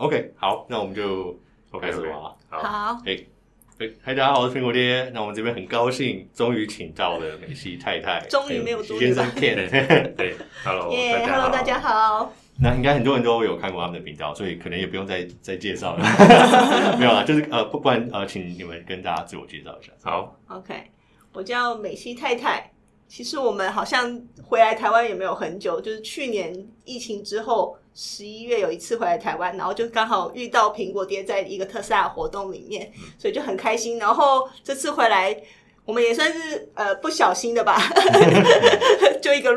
OK，好那我们就 OK，开始 OK，吧。好，好，哎，嗨，大家好，我是苹果爹。那我们这边很高兴，终于请到了美西太太， 终于没有还终于先生吧 Ken。 对，Hello，耶哦大家，Hello，好，大家好，那应该很多人都有看过他们的频道，所以可能也不用再再介绍了。 没有啦，就是呃，不不然呃，请你们跟大家自我介绍一下。好， OK，我叫美西太太。其实我们好像回来台湾也没有很久，就是去年疫情之后，十一月有一次回来台湾，然后就刚好遇到苹果爹在一个特斯拉活动里面，嗯所以就很开心。然后这次回来，我们也算是呃不小心 的吧， 就一个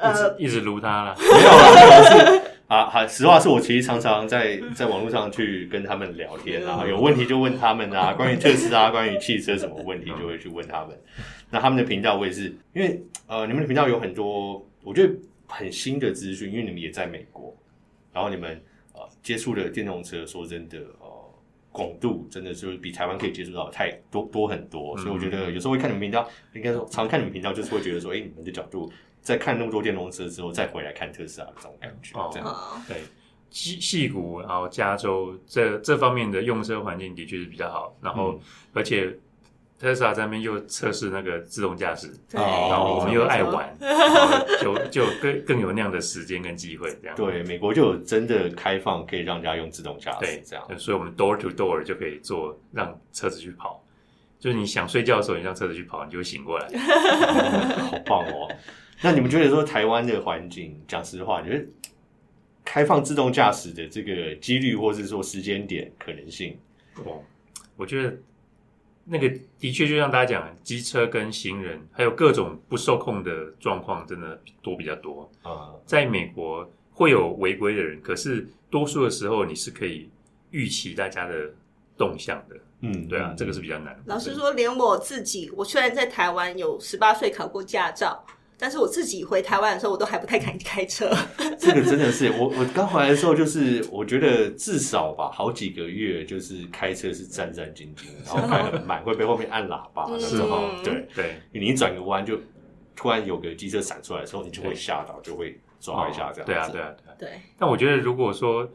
呃一直一直撸他了，没有啦，是啊，好，实话是我其实常常在在网络上去跟他们聊天啊，有问题就问他们啊，关于特斯拉、关于汽车什么问题就会去问他们。那他们的频道我也是，因为呃，你们的频道有很多我觉得很新的资讯，因为你们也在美国，然后你们呃接触的电动车，说真的呃。广度真的就是比台湾可以接触到的太多多很多，所以我觉得有时候会看你们频道，应该说常看你们频道，就是会觉得说，哎、你们的角度在看那么多电动车之后，再回来看特斯拉的这种感觉，哦这样呃对。戏戏谷，然后加州这这方面的用车环境的确是比较好，然嗯后、而且特斯拉在那边又测试那个自动驾驶，对，哦然后我们又爱玩，然后就就更更有那样的时间跟机会这样。对美国就有真的开放可以让人家用自动驾驶对，这样，所以我们 door to door 就可以做让车子去跑，就是你想睡觉的时候，你让车子去跑，你就会醒过来。好棒哦！那你们觉得说台湾的环境，讲实话，你觉得开放自动驾驶的这个几率，或是说时间点可能性，哦，我觉得那个的确就像大家讲，机车跟行人还有各种不受控的状况，真的多比较多。呃，在美国会有违规的人，可是多数的时候你是可以预期大家的动向的。嗯，对啊，这个是比较难的。老实说，连我自己，我虽然在台湾有十八岁考过驾照，但是我自己回台湾的时候，我都还不太敢开车。这个真的是我我刚回来的时候，就是我觉得至少吧，好几个月就是开车是战战兢兢，然后开很慢，会被后面按喇叭那是种，哦对。对，你一转个弯就突然有个机车闪出来的时候，你就会吓到，就会抓一下这样子。对啊，对啊，对啊。对，但我觉得，如果说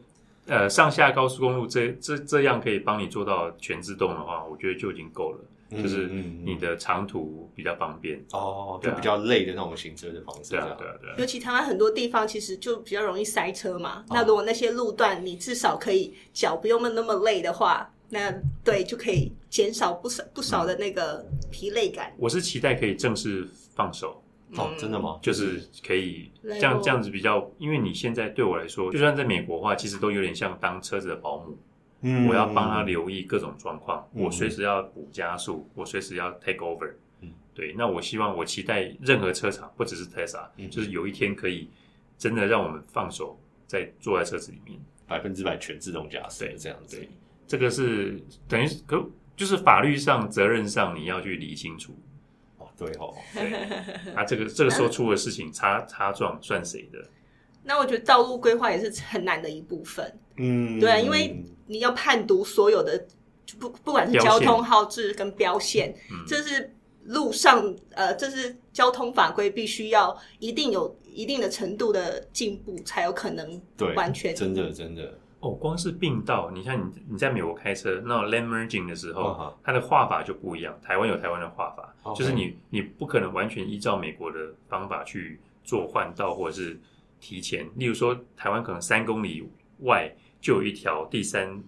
呃上下高速公路这这这样可以帮你做到全自动的话，我觉得就已经够了。嗯就是嗯嗯你的长途比较方便。哦，就对啊比较累的那种行车的方式这对啊样，。对啊，对啊。尤其台湾很多地方其实就比较容易塞车嘛。哦那如果那些路段你至少可以脚不用那么累的话，那对就可以减少不少不少的那个疲累感。嗯我是期待可以正式放手，哦，真的吗？就是可以来这样咯这样子比较，因为你现在对我来说，就算在美国的话，其实都有点像当车子的保姆，嗯我要帮他留意各种状况，嗯我随时要补加速，我随时要 take over 嗯。对，那我希望我期待任何车厂，不只是 Tesla，、嗯就是有一天可以真的让我们放手，在坐在车子里面。百分之百全自动驾驶对这样子对。这个是等于是可就是法律上责任上你要去理清楚，哦，对哦，对， 啊，这个这个时候出的事情，擦擦撞算谁的？那我觉得道路规划也是很难的一部分。嗯，对啊，因为你要判读所有的，就不不管是标交线通号志跟标线，嗯这是路上呃，这是交通法规必须要一定有一定的程度的进步，才有可能对完全真的真的，哦，光是并道，你看你你在美国开车，那种 lane merging 的时候，嗯哼它的画法就不一样。台湾有台湾的画法哦 OK 就是你你不可能完全依照美国的方法去做换道或者是提前。例如说，台湾可能三公里外就有一条第三，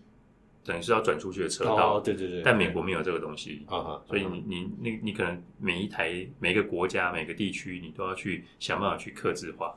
等于是要转出去的车道，哦，对对对，但美国没有这个东西。啊哈，所以你你你你可能每一台每个国家每个地区，你都要去想办法去克制化。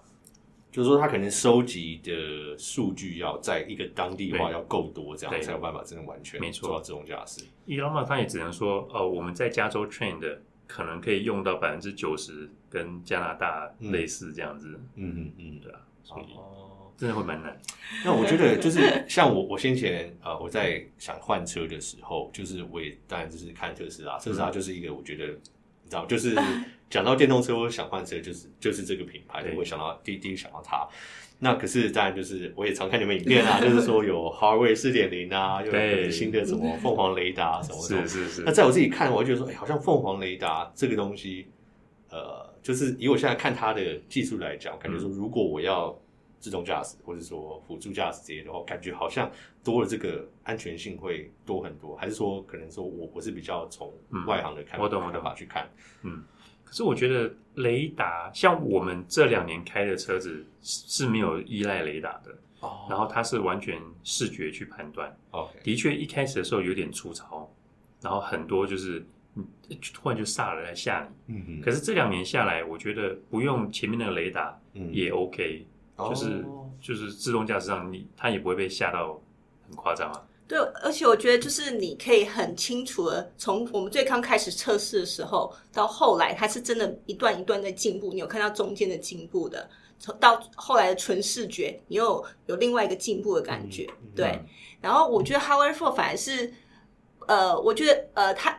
就是说他可能收集的数据要在一个当地化对要够多，这样对才有办法真的完全没错做到自动驾驶。伊朗嘛，他也只能说，呃，我们在加州 train 的可能可以用到百分之九十，跟加拿大类似这样子，嗯嗯嗯，对啊，所以哦。 真的会蛮难。那我觉得就是像我，我先前呃我在想换车的时候，就是我也当然就是看特斯嗯拉，特斯拉就是一个我觉得你知道，就是讲到电动车，我想换车就是就是这个品牌，对我想到第第一个想到它。那可是当然就是我也常看你们影片 啊，就是说有 Hardware 四点零啊，又有对新的什么凤凰雷达啊什么什么是。是是那，在我自己看，我就觉得说，哎、好像凤凰雷达这个东西，呃，就是以我现在看它的技术来讲，感觉说，如果我要自动驾驶或者说辅助驾驶这些的话，感觉好像多了这个安全性会多很多，还是说可能说我我是比较从嗯外行的看我懂我看懂法去看，可是我觉得雷达，像我们这两年开的车子是是没有依赖雷达的，哦然后它是完全视觉去判断。 OK 的确，一开始的时候有点粗糙，然后很多就是嗯，突然就煞了来吓你。嗯可是这两年下来，我觉得不用前面那个雷达嗯也 OK，、哦就是就是自动驾驶上你它也不会被吓到很夸张啊。对，而且我觉得就是你可以很清楚的，从我们最刚开始测试的时候到后来，它是真的一段一段在进步，你有看到中间的进步的，从到后来的纯视觉，你又有另外一个进步的感觉，嗯嗯对。然后我觉得 Howard Four 反而是，呃，我觉得呃，他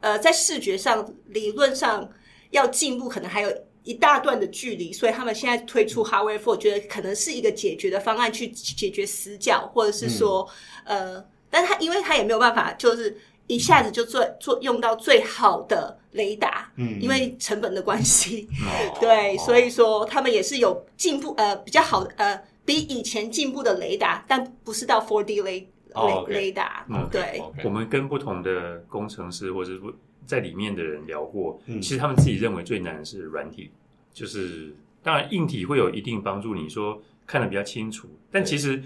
呃在视觉上、理论上要进步，可能还有一大段的距离，所以他们现在推出 Howard Four，觉得可能是一个解决的方案去解决死角，或者是说、呃，但他因为他也没有办法，就是一下子就做做用到最好的雷达，嗯因为成本的关系，哦对，哦所以说他们也是有进步，呃，比较好的，呃，比以前进步的雷达，但不是到 4D 雷哦雷 OK 雷达嗯，对， OK 哦我们跟不同的工程师或者是不在里面的人聊过，嗯其实他们自己认为最难的是软体，就是当然硬体会有一定帮助，你说看得比较清楚，但对其实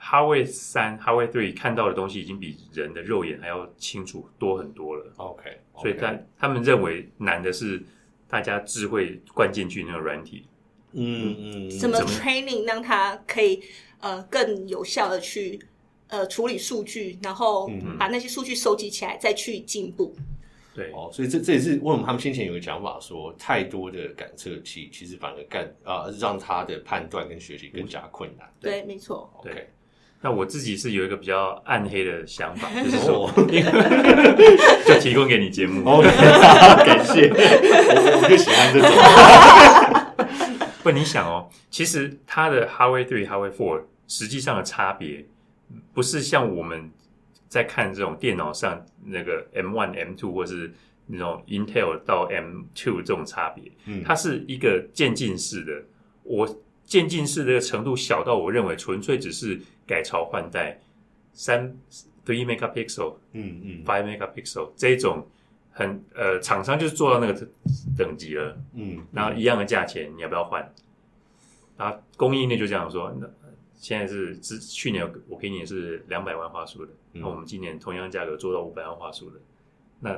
Hardware 三、Hardware Three 看到的东西已经比人的肉眼还要清楚多很多了， OK，所以他他们认为难的是大家智慧灌进去那个软体，嗯嗯嗯怎么怎么 training 让它可以呃更有效的去呃处理数据，然后嗯把那些数据收集起来，再去进步。对，哦，所以这这也是为什么他们先前有个讲法说，太多的感测器其实反而干啊、让他的判断跟学习更加困难。对，没错。对 OK，那我自己是有一个比较暗黑的 想法，就是说，哦 就提供给你节目。 ，OK，感谢，我我就喜欢这种。不，你想哦，其实它的 Highway Three、Highway Four 实际上的差别，不是像我们在看这种电脑上那个 M One、M Two 或是那种 Intel 到 M Two 这种差别，嗯它是一个渐进式的。我渐进式的程度小到我认为纯粹只是改朝换代，三 three megapixel 嗯嗯 five megapixel 这种很呃，厂商就是做到那个等级了，嗯，然后一样的价钱，你要不要换？然后供应链就这样说，那现在是之去年我给你是两百万画素的，嗯那我们今年同样价格做到五百万画素的，那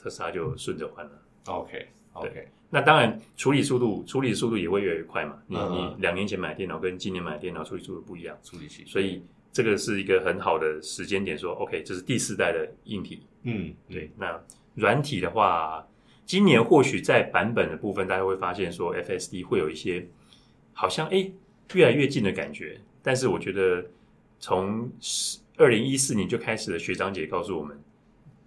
特斯拉就顺着换了。 OK OK，那当然，处理速度处理速度也会越来越快嘛。你嗯你两年前买的电脑跟今年买的电脑处理速度不一样，处理器，所以这个是一个很好的时间点说，OK，这是第四代的硬体，嗯，对，那软体的话，今年或许在版本的部分，大家会发现说 FSD 会有一些好像哎、诶越来越近的感觉。但是我觉得从二零一四年就开始的学长姐告诉我们，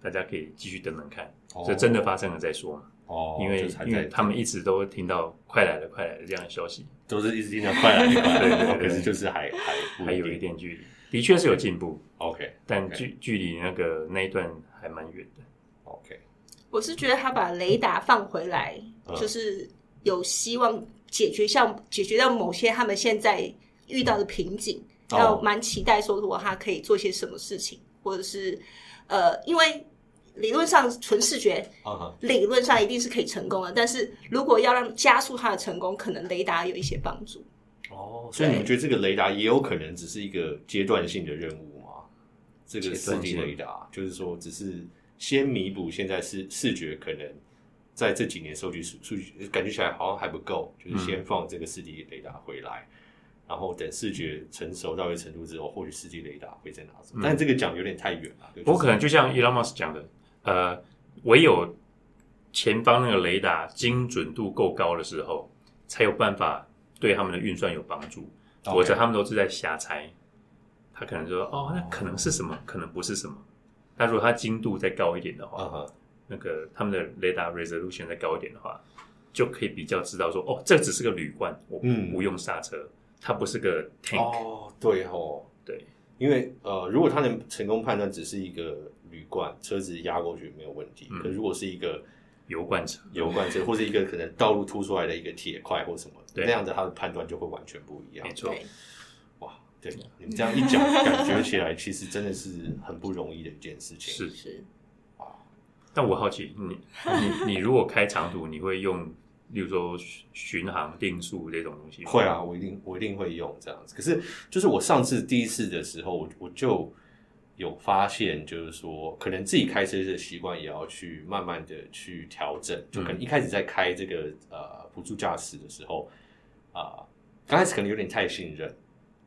大家可以继续等等看，哦这真的发生了再说嘛。哦，因为这才因在为他们一直都听到快来了快来了这样的消息，都是一直听到快来快 对来，对可对是就是还还不还有一定点距离，的确是有进步， OK 但 OK 距距离那个那一段还蛮远的。 OK，我是觉得他把雷达放回来，嗯就是有希望解决像解决掉某些他们现在遇到的瓶颈，哦要蛮期待说如果他可以做些什么事情，或者是呃，因为理论上纯视觉啊哈，理论上一定是可以成功的，但是如果要让加速它的成功，可能雷达有一些帮助。哦，所以你们觉得这个雷达也有可能只是一个阶段性的任务吗？这个阶四段 D 性雷达就是说，只是先弥补现在视视觉可能在这几年收集数数据，感觉起来好像还不够，嗯就是先放这个四 D 雷达回来，然后等视觉成熟到一个程度之后，或许四 D 雷达会再拿走。嗯但这个讲有点太远了，我可能就像 Elon Musk 讲的，呃，唯有前方那个雷达精准度够高的时候，才有办法对他们的运算有帮助，否则他们都是在瞎猜。他可能说，哦，那可能是什么，可能不是什么。那如果它精度再高一点的话，啊哈，那个他们的雷达 resolution 再高一点的话，就可以比较知道说，哦，这只是个铝罐，我嗯不用刹车，它不是个 tank，、哦，对哦，对，因为呃，如果他能成功判断只是一个铝罐，车子压过去没有问题。嗯可如果是一个油罐车。油罐车，或是一个可能道路凸出来的一个铁块或什么，对那样子他的判断就会完全不一样没。错对，哇，对，你们这样一讲，感觉起来其实真的是很不容易的一件事情。是，是但我好奇，嗯你你你如果开长途，你会用，例如说巡巡航定速这种东西吗？会啊，我一定我一定会用这样子。可是就是我上次第一次的时候，我我就有发现，就是说可能自己开车的习惯也要去慢慢的去调整。就嗯可能一开始在开这个呃辅助驾驶的时候，啊、刚开始可能有点太信任，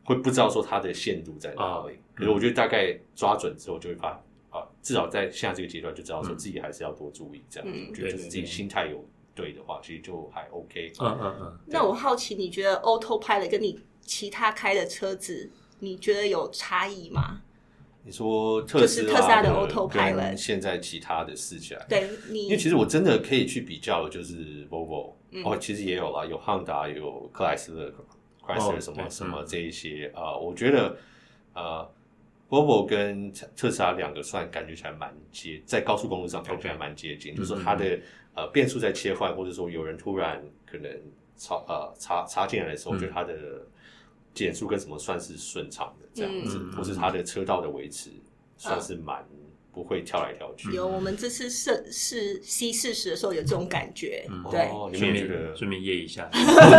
会不知道说它的限度在哪啊里。可嗯是我觉得大概抓准之后，就会发啊、至少在现在这个阶段就知道说嗯自己还是要多注意这样。嗯我觉得就是对对自己对心态有对的话，其实就还 OK。嗯嗯嗯，那我好奇，你觉得 Autopilot 跟你其他开的车子，你觉得有差异吗？你说特斯就是特斯拉的的 Autopilot 跟现在其他的试起来，对你，因为其实我真的可以去比较，就是 Volvo，、嗯哦，其实也有啦，有 Honda，有克莱斯勒、克莱斯勒什么、哦对嗯什么这一些啊、呃我觉得呃，Volvo 跟特斯拉两个算感觉起来蛮接，在高速公路上感觉起来蛮接近，嗯就是说它的呃变速在切换，或者说有人突然可能插呃插插进来的时候，嗯我觉得它的减速跟什么算是顺畅的这样子，嗯或是它的车道的维持算是蛮不会跳来跳去。嗯有我们这次试试 C 四十的时候有这种感觉，嗯对，哦，你们顺也觉得便顺便验一下。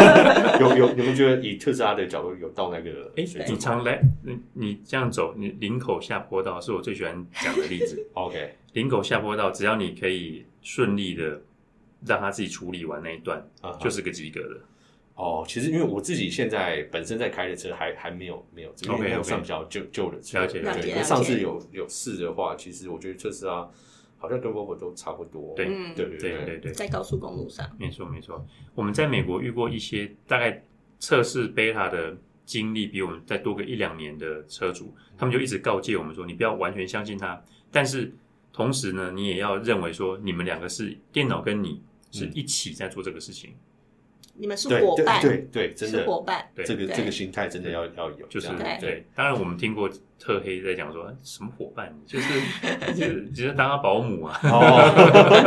有有，你们觉得以特斯拉的角度有到那个哎水，你准吗常来，你你这样走，你林口下坡道是我最喜欢讲的例 子。 ？OK，林口下坡道，只要你可以顺利的让他自己处理完那一段，啊哈就是个及格的。哦，其实因为我自己现在本身在开的车还还没有没有，因 OK，为我 OK 算比较旧旧的车，了解对。了解因为上次有有试的话，其实我觉得特斯拉好像跟 Volvo 都差不多，对嗯对对对对，对对，在高速公路上，没错没错。我们在美国遇过一些大概测试 beta 的经历比我们再多个一两年的车主，他们就一直告诫我们说，你不要完全相信他，但是同时呢，你也要认为说，你们两个是电脑跟你是嗯一起在做这个事情。你们是对伙伴，对对，对真是伙的，伴，对这个对这个心态真的要要有，就是这样对对，当然我们听过特黑在讲说哎什么伙伴，就是就是就是当他保姆啊，哦，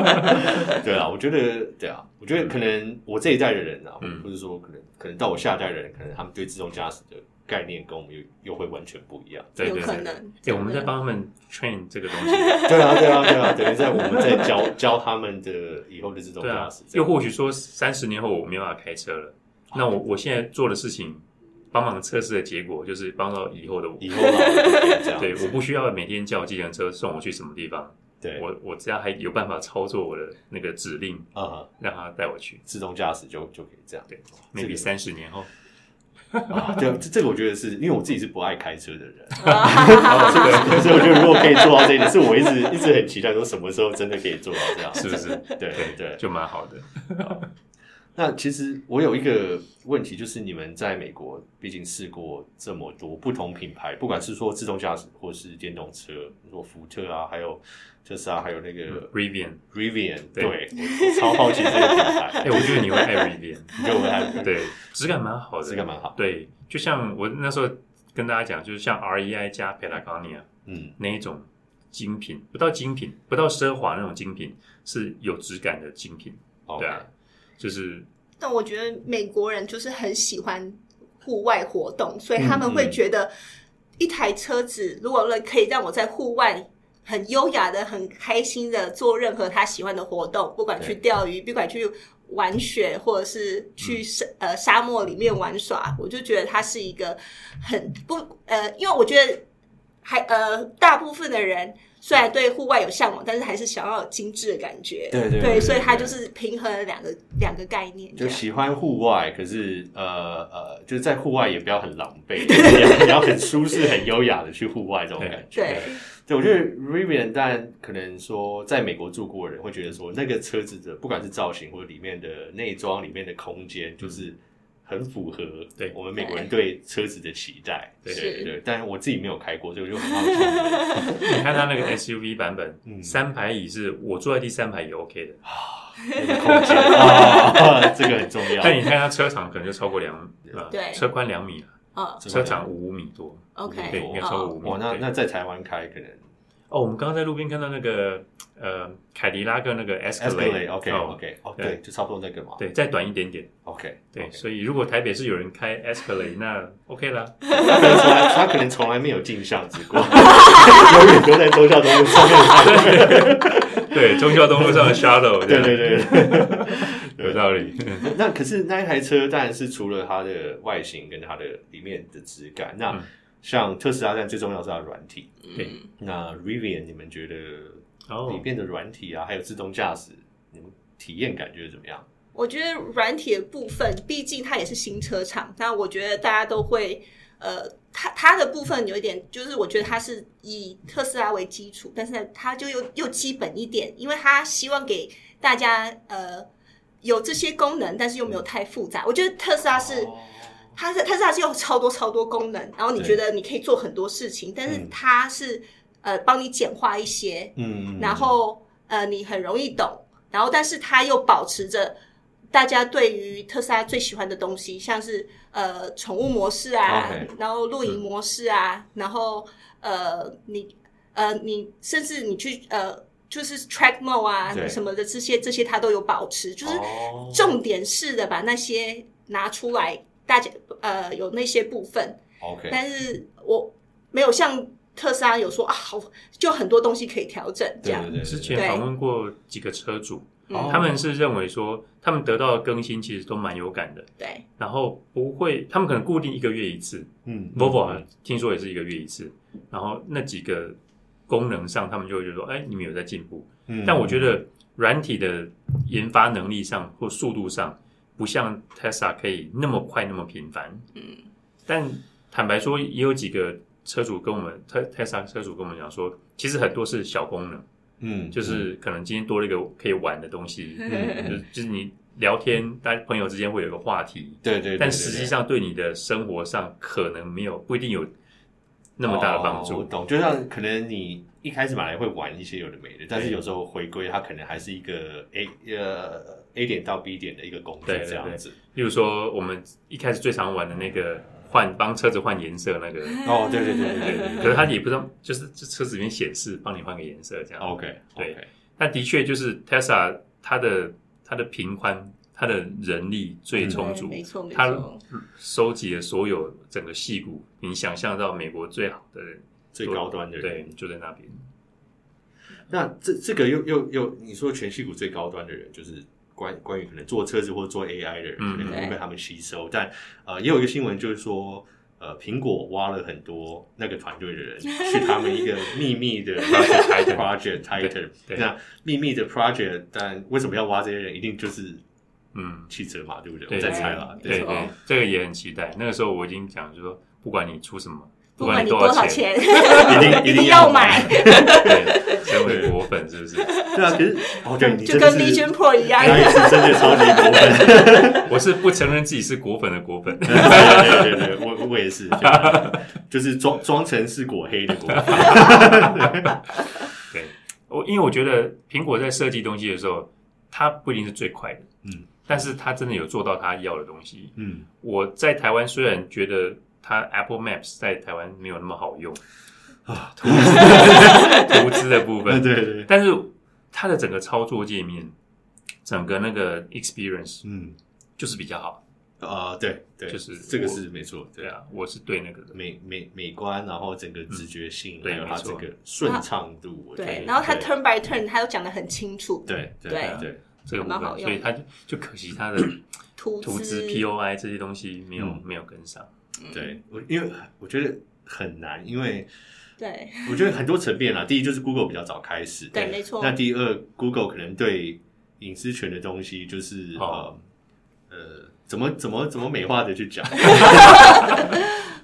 对啊，我觉得对啊，我觉得可能我这一代的人啊，嗯或者说可能可能到我下一代的人，可能他们对自动驾驶的概念跟我们又又会完全不一 样。对有对可对。能，对，我们在真的帮他们 train 这个东西，对啊，对啊，对啊，等于在我们在教教他们的以后的自动对啊驾驶，，又或许说三十年后我没办法开车了，哦那我我现在做的事情，帮忙测试的结果就是帮到以后的我。以后老了这样，对，我不需要每天叫计程车送我去什么地方，对我我只要还有办法操作我的那个指令，啊，让他带我去。自动驾驶就就可以这样。哦对这个，maybe 三 十年后，啊，对啊，这这个我觉得是因为我自己是不爱开车的 人，啊所以所以我觉得如果可以做到这一点，是我一直一直很期待说什么时候真的可以做到这样，是不是？对对对。就蛮好的。那其实我有一个问题，就是你们在美国毕竟试过这么多不同品牌，不管是说自动驾驶或是电动车，比如说福特啊，还有特斯拉，还有那个嗯 Rivian， Rivian，对对，我我超好奇这个品牌 哎，，我觉得你会 爱 Rivian，你觉得我还对，质感蛮好的，质感蛮好对，就像我那时候跟大家讲，就是像 REI 加 Patagonia，嗯那一种精品，不到精品，不到奢华那种精品，是有质感的精品。 ，OK，对啊，就是但我觉得美国人就是很喜欢户外活动，所以他们嗯会嗯觉得一台车子如果能可以让我在户外很优雅的、很开心的做任何他喜欢的活动，不管去钓鱼，不管去玩雪，或者是去沙、嗯呃沙漠里面玩耍，我就觉得它是一个很不呃，因为我觉得还呃大部分的人。虽然对户外有向往，但是还是想要有精致的感觉。对对对对，所以它对就是平衡了两个两个概念。这就样。喜欢户外，可是呃呃，就是在户外也不要很狼 狈，你要你要很舒适、很优雅的去户外这种感觉。对，对，我觉得 Rivian，但可能说在美国住过的人会觉得说，那个车子的不管是造型或者里面的内装、里面的空间，嗯就是很符合对我们美国人对车子的期待。对对是对对，但是我自己没有开过，所以我就很好奇。你看它 那个 SUV 版本，嗯三排椅是我坐在第三排也 OK 的，那个空间啊，这个很重要。但你看它车长可能就超过 两，呃对车宽两米了，嗯这个车长五米多， ，OK，对，应该超过哦五米哇，。那对那在台湾开可能哦，我们刚刚在路边看到那个呃凯迪拉克那个 Escalade，OK 哦 OK，哦对对，就差不多那个嘛。对，再短一点点。 OK，对 OK 所以如果台北是有人开 Escalade，那 OK 啦。 他可能从来他可能从来没有进巷子过，永远都在忠孝东路上面看。对，中孝东路上的 Shadow，对对对对。对，有道理。那可是那一台车当然是除了它的外形跟它的里面的质感，那嗯像特斯拉站最重要是它的软体。对嗯那 Rivian 你们觉得哦里，面的软体啊，还有自动驾驶，你们体验感觉怎么样？我觉得软体的部分，毕竟它也是新车厂，那我觉得大家都会，呃，它它的部分有一点，就是我觉得它是以特斯拉为基础，但是呢，它就又又基本一点，因为它希望给大家呃有这些功能，但是又没有太复杂。我觉得特斯拉是。哦它是它是它是有超多超多功能，然后你对觉得你可以做很多事情，但是嗯它是、呃帮你简化一些，嗯，然后呃，你很容易懂，然后但是它又保持着大家对于特斯拉最喜欢的东西，像是呃宠物模式啊 OK 然后露营模式啊，然后呃你呃你甚至你去呃就是 track mode 对啊什么的这些这些它都有保持，就是哦重点式的把那些拿出来，大家呃有那些部分， OK，但是我没有像特斯拉有说啊好就很多东西可以调整这对样对。对，之前访问过几个车主，嗯哦他们是认为说，他们得到的更新其实都蛮有感的，对，然后不会，他们可能固定一个月一次嗯 v o v o 听说也是一个月一次，然后那几个功能上，他们就会觉得说，哎，你们有在进步，嗯但我觉得软体的研发能力上或速度上，不像 Tesla 可以那么快那么频繁。嗯，但坦白说，也有几个车主跟我们 Te- Tesla 车主跟我们讲说，其实很多是小功能，嗯就是可能今天多了一个可以玩的 东西， 嗯就是就是你聊天，大家朋友之间会有一个话题，对对对，但对实对际上对你的生活上可能没有不一定有那么大的帮哦我助。懂，就像可能你一开始本来会玩一些有的没的，但是有时候回归它可能还是一个 A 呃 A 点到 B 点的一个工具对对这样子。例如说，我们一开始最常玩的那个换帮车子换颜色 那个。哦对对对对对，可是它也不知道，就是这车子里面显示帮你换个颜色这样。 OK，对那的确就是 Tesla 它的它的频宽，它的人力最嗯充足，没错没它错，收集了所有整个戏骨，你想象到美国最好的人，最高端的人。对，就在那边。那这这个又又又，你说全戏股最高端的人就是。关关于可能做车子或做 AI 的人，嗯可能会对被他们吸收，但呃，也有一个新闻就是说，呃，苹果挖了很多那个团队的 人去他们一个秘密的 project project title，对那秘密的 project，但为什么要挖这些人？一定就是嗯，汽车嘛，对不对？对我在猜啦。对没错对，这个也很期待。那个时候我已经讲，就是说不管你出什么，不管管你多多少少，钱，定 一一定定要要 买，对，身为果粉是不是？对啊，可是哦，对 你真就跟的是哎 Legion Pro 一样。那一次真的超级过 分。我是不承认自己是果粉的果粉。 对对对，对我我也是，就是装装成是果黑的果粉。对，我因为我觉得苹果在设计东西的时候，它不一定是最快的，嗯，但是它真的有做到它要的东西。嗯，我在台湾虽然觉得它 Apple Maps 在台湾没有那么好用啊，投资投资的部 对分，对对，但是它的整个操作界面，整个那个 experience 嗯就是比较好。啊，对对，就是这个是没错，对对啊，啊，我是对那个的，美美美观，然后整个直觉性，嗯还对有它没这错个顺畅度，我觉得对，然后它对 turn by turn，它又讲的很清楚，对对对对，这个部蛮好分，用所以它就就可惜它的图投资资 POI 这些东西没有嗯没有跟上。嗯对我因为我觉得很难，因为对我觉得很多层面啦。第一就是 Google 比较早开始，对，没错那，第二，Google 可能对隐私权的东西，就是、哦呃呃，怎么怎么怎么美化的去讲，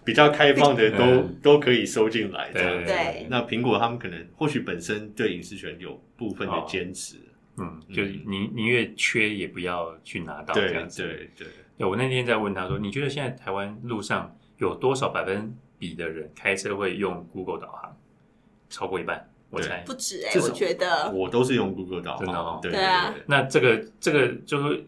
比较开放的都、嗯都可以收进来这对样子。对那苹果他们可能或许本身对隐私权有部分的坚持，嗯，就是宁宁愿缺也不要去拿到对这样对子。对对，对我那天在问他说，你觉得现在台湾路上有多少百分比的人开车会用 Google 导航？超过一半，我对猜。不止哎，至少我觉得我都是用 Google 导真的航哦，对对啊对那这个这个就是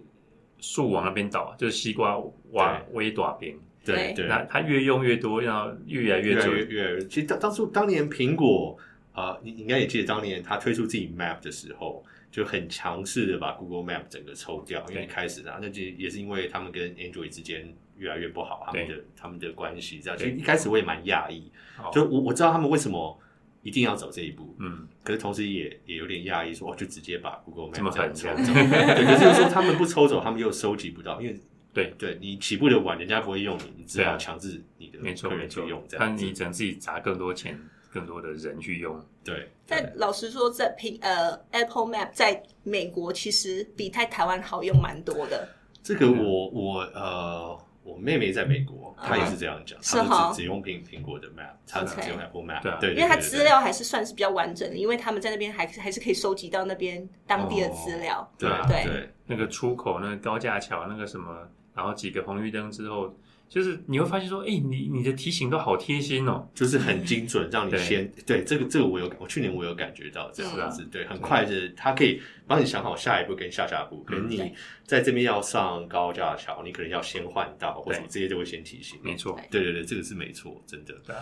树往那边倒，就是西瓜挖微短边，对对对那它越用越多，然后越来越越来准。越越来越，其实当当初当年苹果啊、你你应该也记得当年他推出自己 Map 的时候，就很强势的把 Google Map 整个抽掉，因为对一开始啊，那就也是因为他们跟 Android 之间越来越不好，他们对的他们的关系这样。其对哦实一开始我也蛮讶异，好就我我知道他们为什么一定要走这一步，嗯，可是同时也也有点讶异，说哦，就直接把 Google 这 Map 么这样狠抽走，对，可是就是说他们不抽走，他们又收集不到，因为 对对你起步的晚，人家不会用你，你只对啊好强制你的没错客没人去错用，这但样你子，只能自己砸更多钱、更多的人去用，对，但老实说，在苹呃 Apple Map 在美国其实比在台湾好用蛮多的。这个嗯我我呃，我妹妹在美国，啊她也是这样讲，是她哈就只只用苹苹果的 Map，她 OK 只用 Apple Map，对啊对，因为它对资，料还是算是比较完整的，因为他们在那边还是还是可以收集到那边当地哦的资料。对啊对对对那个出口、那个高架桥、那个什么，然后几个红绿灯之后，就是你会发现说，哎、你你的提醒都好贴心哦，就是很精准，让你对先对这个这个我有，我去年我有感觉到这是样啊子，对，很快的，它可以帮你想好下一步跟下下步，可嗯能你对在这边要上高架桥，你可能要先换道，或者对嗯这些都会先提醒，没错，对对对，这个是没错，真的，对啊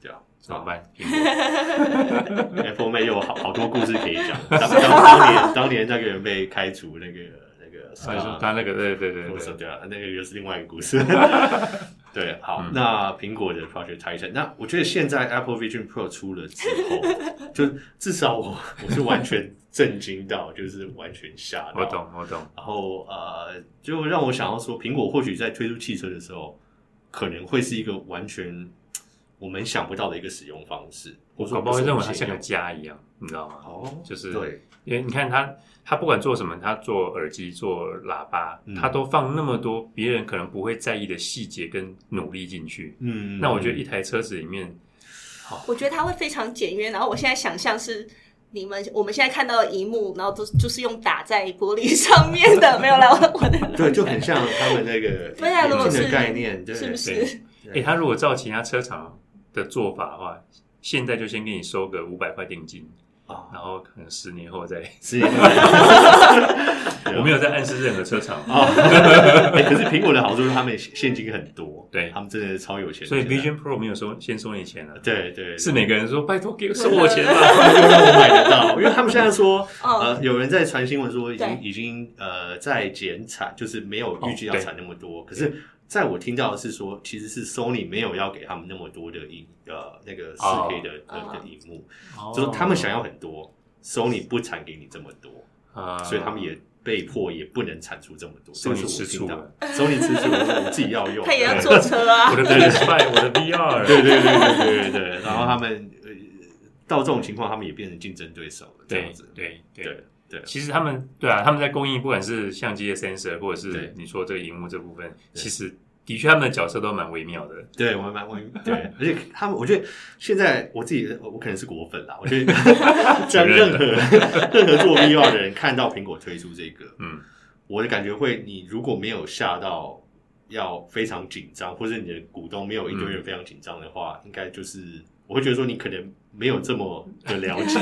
对啊，怎么办？苹 果 Apple 妹有好好多故事可以讲。当当当年当年那个人被开除，那个那个所以说他那个对对对我说对，对啊，那个又是另外一个故 事。对，好，嗯那苹果的 Project Titan，那我觉得现在 Apple Vision Pro 出了之后，就至少我我是完全震惊到，就是完全吓到。我懂我懂，然后呃，就让我想要说，苹果或许在推出汽车的时候，可能会是一个完全我们想不到的一个使用方式。我说搞不好会认为它现像在个家一样，你知道吗？哦，就是对因为你看它，它不管做什么，它做耳机、做喇叭嗯，它都放那么多别人可能不会在意的细节跟努力进去。嗯那我觉得一台车子里面，我觉得它会非常简约。然后我现在想象是你们我们现在看到的荧幕，然后都就是用打在玻璃上面的，没有啦，我 我的对，就很像他们那 个对啊如眼果镜的是概念，对是不是对？诶，它如果照其他车厂的做法的话，现在就先给你收个五百块定金，啊，然后可能十年后再。是。 我我没有在暗示任何车厂，啊，哎可是苹果的好处是他们现现金很多， 对他们真的是超有钱的，所以现在 Vision Pro 没有收先收你钱了，对对是每个人说拜托 给我收我钱吧。就让我买得到，因为他们现在说，哦，呃，有人在传新闻说已经对已经呃在减产，就是没有预计要哦对产那么多，可是。在我听到的是说，其实是 Sony 没有要给他们那么多的荧呃那个四 K 的、哦的的荧幕，就是他们想要很多，Sony 不产给你这么多，啊所以他们也被迫也不能产出这么多。这个 Sony 是我吃听醋到了， ，Sony 吃醋，我自己要用，他也要对坐车啊我。的 PS Five，我的 VR，对对对对对对对。然后他们呃到这种情况，他们也变成竞争对手了，这样对子。对对对。对其实他们对啊，他们在供应不管是相机的 sensor，或者对是你说这个荧幕这部分，对其实的确他们的角色都蛮微妙的。对，我蛮我对，而且他们，我觉得现在我自己，我我可能是果粉啦，我觉得像任何任何做 VR 的人看到苹果推出这个，嗯，我的感觉会，你如果没有吓到要非常紧张，或者你的股东没有一堆嗯人非常紧张的话，应该就是我会觉得说你可能没有这么的了 解，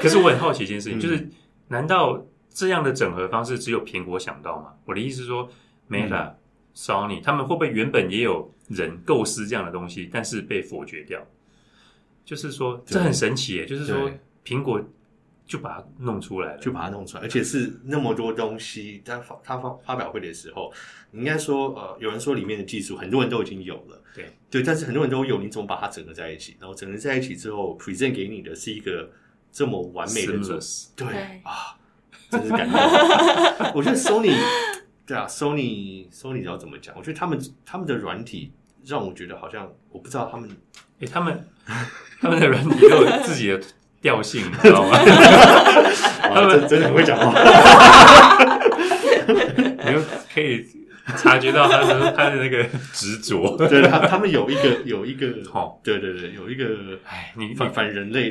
可是我很好奇一件事情，嗯就是难道这样的整合方式只有苹果想到吗？我的意思是说，Meta、Sony 嗯他们会不会原本也有人构思这样的东西，但是被否决掉？就是说，对这很神奇耶！就是说对，苹果就把它弄出来了，就把它弄出来，而且是那么多东西，他发他发发表会的时候，你应该说呃，有人说里面的技术很多人都已经有了，对对，但是很多人都有，你怎么把它整合在一起？然后整合在一起之后，present 给你的是一个这么完美的组 Seamless 对对啊，真是感动。 我觉得 Sony 对啊，Sony Sony 要怎么讲？我觉得他们他们的软体让我觉得好像我不知道他们诶，他们 他们的软体都有自己的调性，你知道 吗？他们啊真的很会讲话。 你就可以察觉到他的他的那个执着。 对，他他们有一个有一个，好对对对，有一个哎，你反你反人类，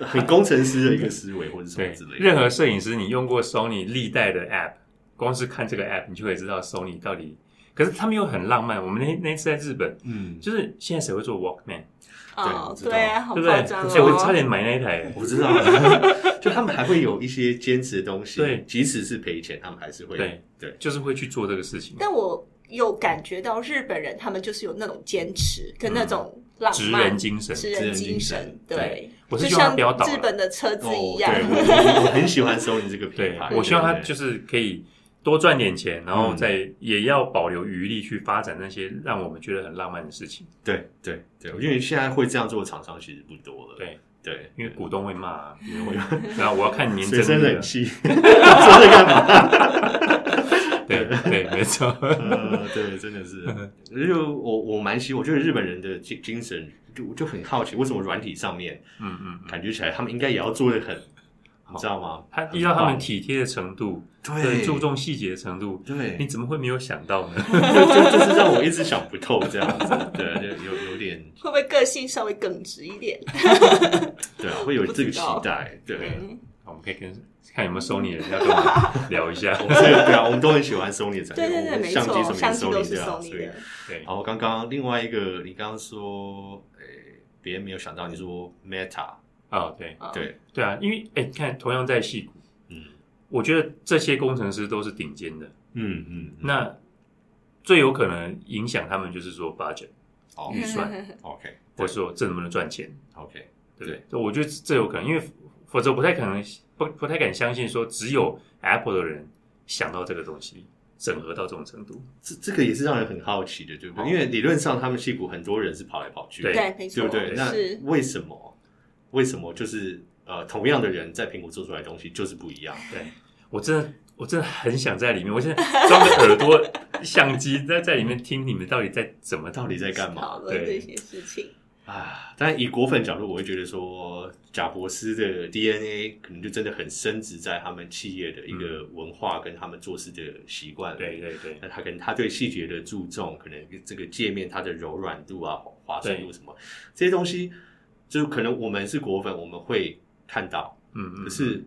很工程师的一个思维或者什么对之，类的。任何摄影师，你用过 Sony 历代的 App，光是看这个 App，你就可以知道 Sony 到底。可是他们又很浪漫。我们那那次在日本，嗯，就是现在谁会做 Walkman，哦，对对啊，好对不夸对？张哎、哦！我差点买那一台。我知道， 啊就他们还会有一些坚持的东西，对即使是赔钱，他们还是会对对就是会去做这个事情。但我有感觉到日本人他们就是有那种坚持跟那种浪职人漫、精神。职职人人精精神神，对，我是就希望他像不要倒日了，本的车子哦一，样，对，我我我很喜欢 Sony 这个品对牌。我希望他对就是可以多赚点钱，然后嗯再也要保留余力去发展那些让我们觉得很浪漫的事情。对对对，因为现在会这样做的厂商其实不多了。对，对，因为股东会骂 啊，别人会骂，然后我要看年随身增率冷啊。气，说这干嘛？对对，没错。 嗯呃，对，真的是，就我我蛮喜，我觉得日本人的精精神，就我就很好奇，为什么软体上面嗯嗯，嗯感觉起来他们应该也要做的很，你知道吗？他依照他很棒们体贴的程度，对注重细节的程度，对你，怎么会没有想到 呢？就就就是让我一直想不透这样子，对，就有有点会不会个性稍微耿直一点？对啊，会有这个期待，对。嗯，我们可以跟看有没有 Sony 的人要跟我们聊一下。我们是对啊，我们都很喜欢 Sony 的产品，嗯对对我对，们没相机错，什么相也机都 Sony 是对啊，所送你以的， 对，然后刚刚另外一个，你刚刚说，诶，别人没有想到，你说 Meta，哦，对嗯，对，对啊，因为哎，你看同样在戏谷，嗯我觉得这些工程师都是顶尖的，嗯嗯，那最有可能影响他们就是说 budget，好嗯预算 OK 或者说这能不能赚钱， OK，对不对？对我觉得这有可能，因为否则不太可能，不不太敢相信说只有 Apple 的人想到这个东西，整合到这种程度。这这个也是让人很好奇的，对不对？因为理论上他们戏骨很多人是跑来跑去的，对，没错，对不对？那是为什么？为什么就是呃，同样的人在苹果做出来的东西就是不一样？对我真的，我真的很想在里面，我现在装个耳朵相机在在里面听你们到底在怎么到底在干嘛讨论这对些事情，啊？但以果粉角度，我会觉得说，贾伯斯的 DNA 可能就真的很深植在他们企业的一个文化跟他们做事的习惯。对对对那他可能他对细节的注重，可能这个界面它的柔软度啊、滑顺度什么这些东西，就可能我们是果粉，我们会看到，嗯嗯，可是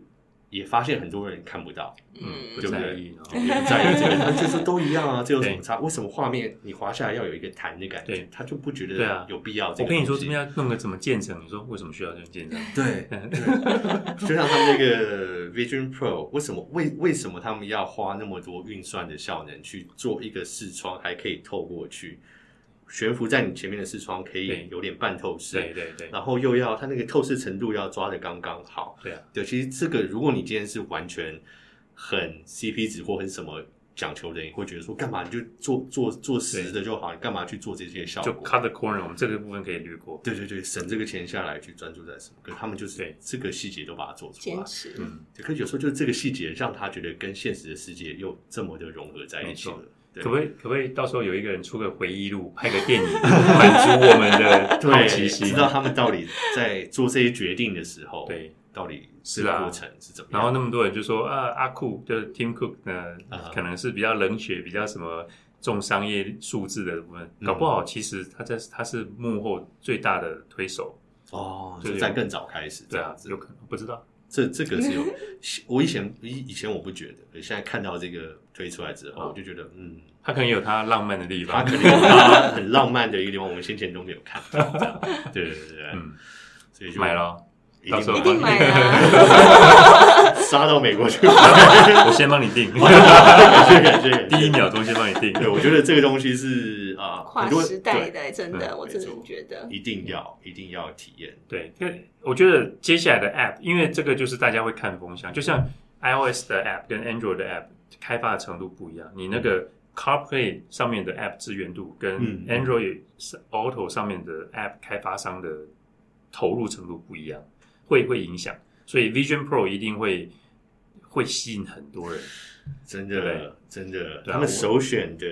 也发现很多人看不 到，嗯嗯不对不在对意，然也后不在意这个，他就说都一样啊，这有什么差？为什么画面你滑下来要有一个弹的感觉对？他就不觉对得啊有必要这 我个东西。跟你说，这边要弄个怎么建成？你说为什么需要这种建成？ 对，对 就像他们那个 Vision Pro，为什么为为什么他们要花那么多运算的效能去做一个视窗，还可以透过去悬浮在你前面的视窗，可以对有点半透对视，对对然后又要它那个透视程度要抓的刚刚好。对啊，对，其实这个如果你今天是完全很 CP 值或很什么。讲求的你会觉得说干嘛你就做做做实的就好，你干嘛去做这些效就果？ cut the corner，我们这个部分可以略过。对对对，省这个钱下来去专注在什么？可是他们就是对这个细节都把它做出来坚。持，嗯，对可是有时候就是这个细节让他觉得跟现实的世界又这么的融合在一起了没。对可不可以？可不可以到时候有一个人出个回忆录，拍个电影， 满足我们的对好奇心知？道他们到底在做这些决定的时候，，对，到底是这个啊过程是怎么然后样？那么多人就说啊，阿酷就是 Tim Cook 呢啊，可能是比较冷血，比较什么重商业数字的部分，嗯搞不好其实他在他是幕后最大的推手，哦，就就是在更早开始这对样啊，子有，可能不知道，这这个是有，我以前以以前我不觉得，可是现在看到这个推出来之后，哦我就觉得，嗯，他可能也有他浪漫的地它方肯，定有它很浪漫的一个地方，我们先前都没有看到，这 样对对对对，嗯，所以就买 了一到时候一定定买，买 啊， 杀到美国 去，哦，我先帮你 定，感谢感谢。第一秒钟先帮你定，对，我觉得这个东西是啊，跨很多时代对的，真嗯没的，错我真的觉得，一定要一定要体验。对，因为我觉得接下来的 App，因为这个就是大家会看风向，就像 iOS 的 App 跟 Android 的 App 开发的程度不一样，你那个 CarPlay 上面的 App 支援度嗯跟 Android Auto 上面的 App 开发商的投入程度不一样，会会影响，所以 Vision Pro 一定会会吸引很多人。真对的，真的，对啊他们我首选的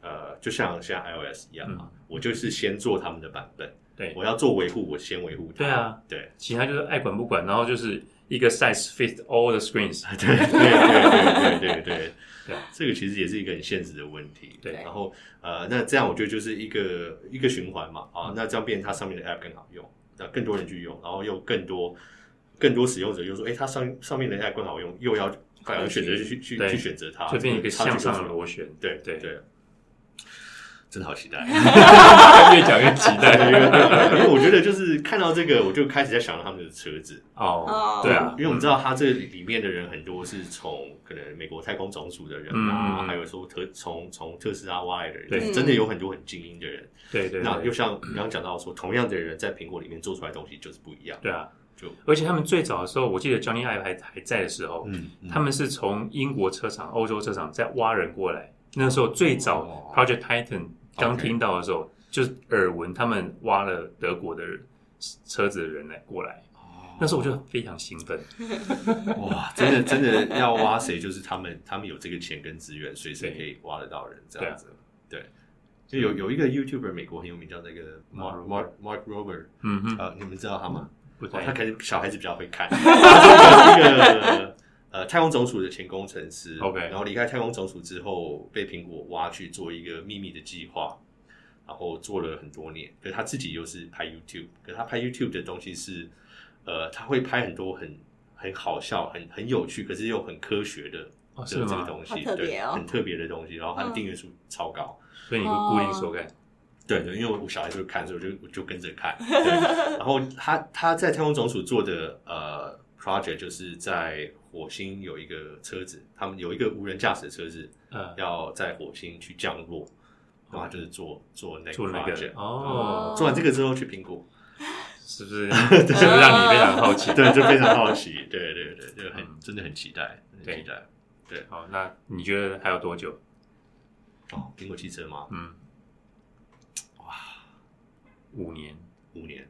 呃，就像像 iOS 一样啊，嗯我就是先做他们的版本，对我要做维护，我先维护它。对啊，对，其他就是爱管不管，然后就是一个 size fits all the screens。 对对对对对对对 对，啊这个其实也是一个很现实的问题。对然后呃，那这样我觉得就是一个一个循环嘛，嗯啊，那这样变成它上面的 app 更好用，那更多人去用，然后又更多更多使用者又说，哎，它上上面的 app 更好用，又要反而选择去去嗯对去选择它，就变一个差距向上就的出来螺旋，啊对对对对，真的好期待， 越讲越期对因为 待。因为我觉觉得就是看到这个，我就开始在想到他们的车子，哦哦，对啊因，为我们知道它这里面的人很多是从可能美国太空总署的人啊，嗯还有说特从从特斯拉挖来的人，对就是真的有很多很精英的人。对对那对又像你刚刚讲到说，同样的人在苹果里面做出来的东西就是不一样，对啊，就而且他们最早的时候，我记得 Johnny Ive 还还在的时候，嗯，他们是从英国车厂、欧洲车厂在挖人过来。那时候最早哦 Project Titan 刚听到的时候，就是耳闻他们挖了德国的人车子的人来过来。那时候我就非常兴奋，哦哇，真的真的要挖谁，就是他们，他们有这个钱跟资源，随时可以挖得到人，这样子。对，啊就有有一个 YouTuber 美国很有名，叫那个 Mark Mark Mark Rober，嗯哼，呃，你们知道他吗？不哇哦他太可能小孩子比较会看， 他是一个呃太空总署的前工程师 OK 然后离开太空总署之后，被苹果挖去做一个秘密的计划，然后做了很多年。可是他自己又是拍 YouTube，可是他拍 YouTube 的东西是，呃，他会拍很多很很好笑、很很有趣，可是又很科学的。哦是这这个吗？东西，好特别哦对，很特别的东西，然后他的嗯订阅数超高，所以你会固定收看，对对，因为我小孩就看，所以我就我就跟着看。对然后他他在太空总署做的呃 project 就是在火星有一个车子，他们有一个无人驾驶的车子嗯，要在火星去降落，然后他就是做做那个做那 project 嗯个。哦，做完这个之后去苹果，是不是 是不是让你非常 好 奇？对，就非常好奇，对对对，就很嗯真的很期待，很对期待。好，那你觉得还有多久？哦，苹果汽车吗？嗯，哇，五年，五年，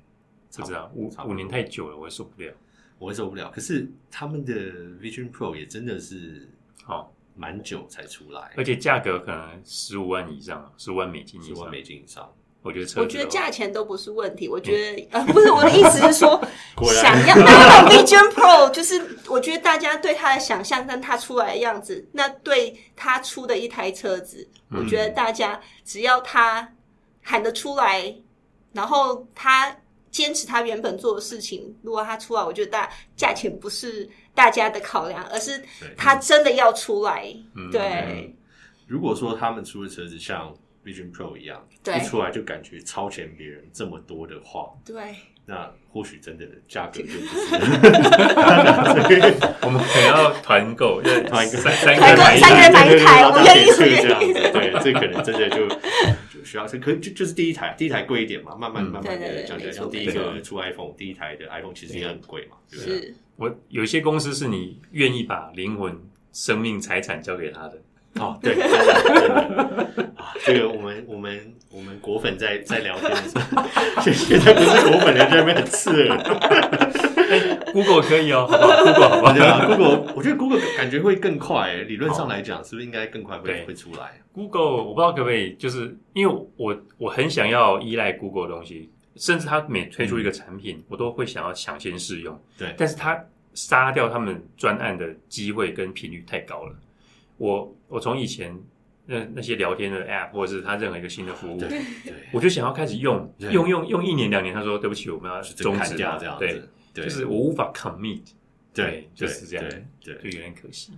不知道五差不五多年太久了，我也受不了。我会受不了。可是他们的 Vision Pro 也真的是好，蛮久才出来哦而，且价格可能十五万以上，啊十万美金以十万啊上。美金以上。我觉得车子我觉得的话价钱都不是问题，我觉得呃不是我的意思是说，嗯 果然想要 买 Vision Pro，就是我觉得大家对它的想象跟它出来的样子，那对它出的一台车子，嗯我觉得大家只要它喊得出来，然后它坚持它原本做的事情，如果它出来，我觉得大价钱不是大家的考量，而是对它真的要出来，嗯对如果说他们出的车子像 Vision Pro 一样，对一出来就感觉超前别人这么多的话，对，那或许真的价格就不是我们可能要 团购，要团 购三三个团购买一三个人买一台对对对我愿意老大姐我这愿样意子，对，这可能真的就就需要，可就就是第一台，第一台贵一点嘛，慢慢嗯慢慢对对的对降没价，错像第一没个出 iPhone，第一台的 iPhone 其实也很贵嘛，啊对不对？是我有一些公司是你愿意把灵魂、生命、财产交给他的，哦，对，真的真的啊，这个我们我们我们果粉在在聊天的时候，现现在不是果粉的，在那边很刺耳。 Google 可以哦，好不好？Google 好不啊对好啊，Google，我觉得 Google 感觉会更快、欸理论上来讲，是不是应该更快对会会出来？ ？Google 我不知道可不可以，就是因为我我很想要依赖 Google 的东西，甚至它每推出一个产品，我都会想要抢先试用。对但是它杀掉他们专案的机会跟频率太高了。我我从以前那那些聊天的 App，或者是它任何一个新的服务，对我就想要开始用，对用用用一年两年，他说对不起，我们要对，就终砍止掉它这样对子，，对，就是我无法 commit，对，就对是这样对就对有点可惜。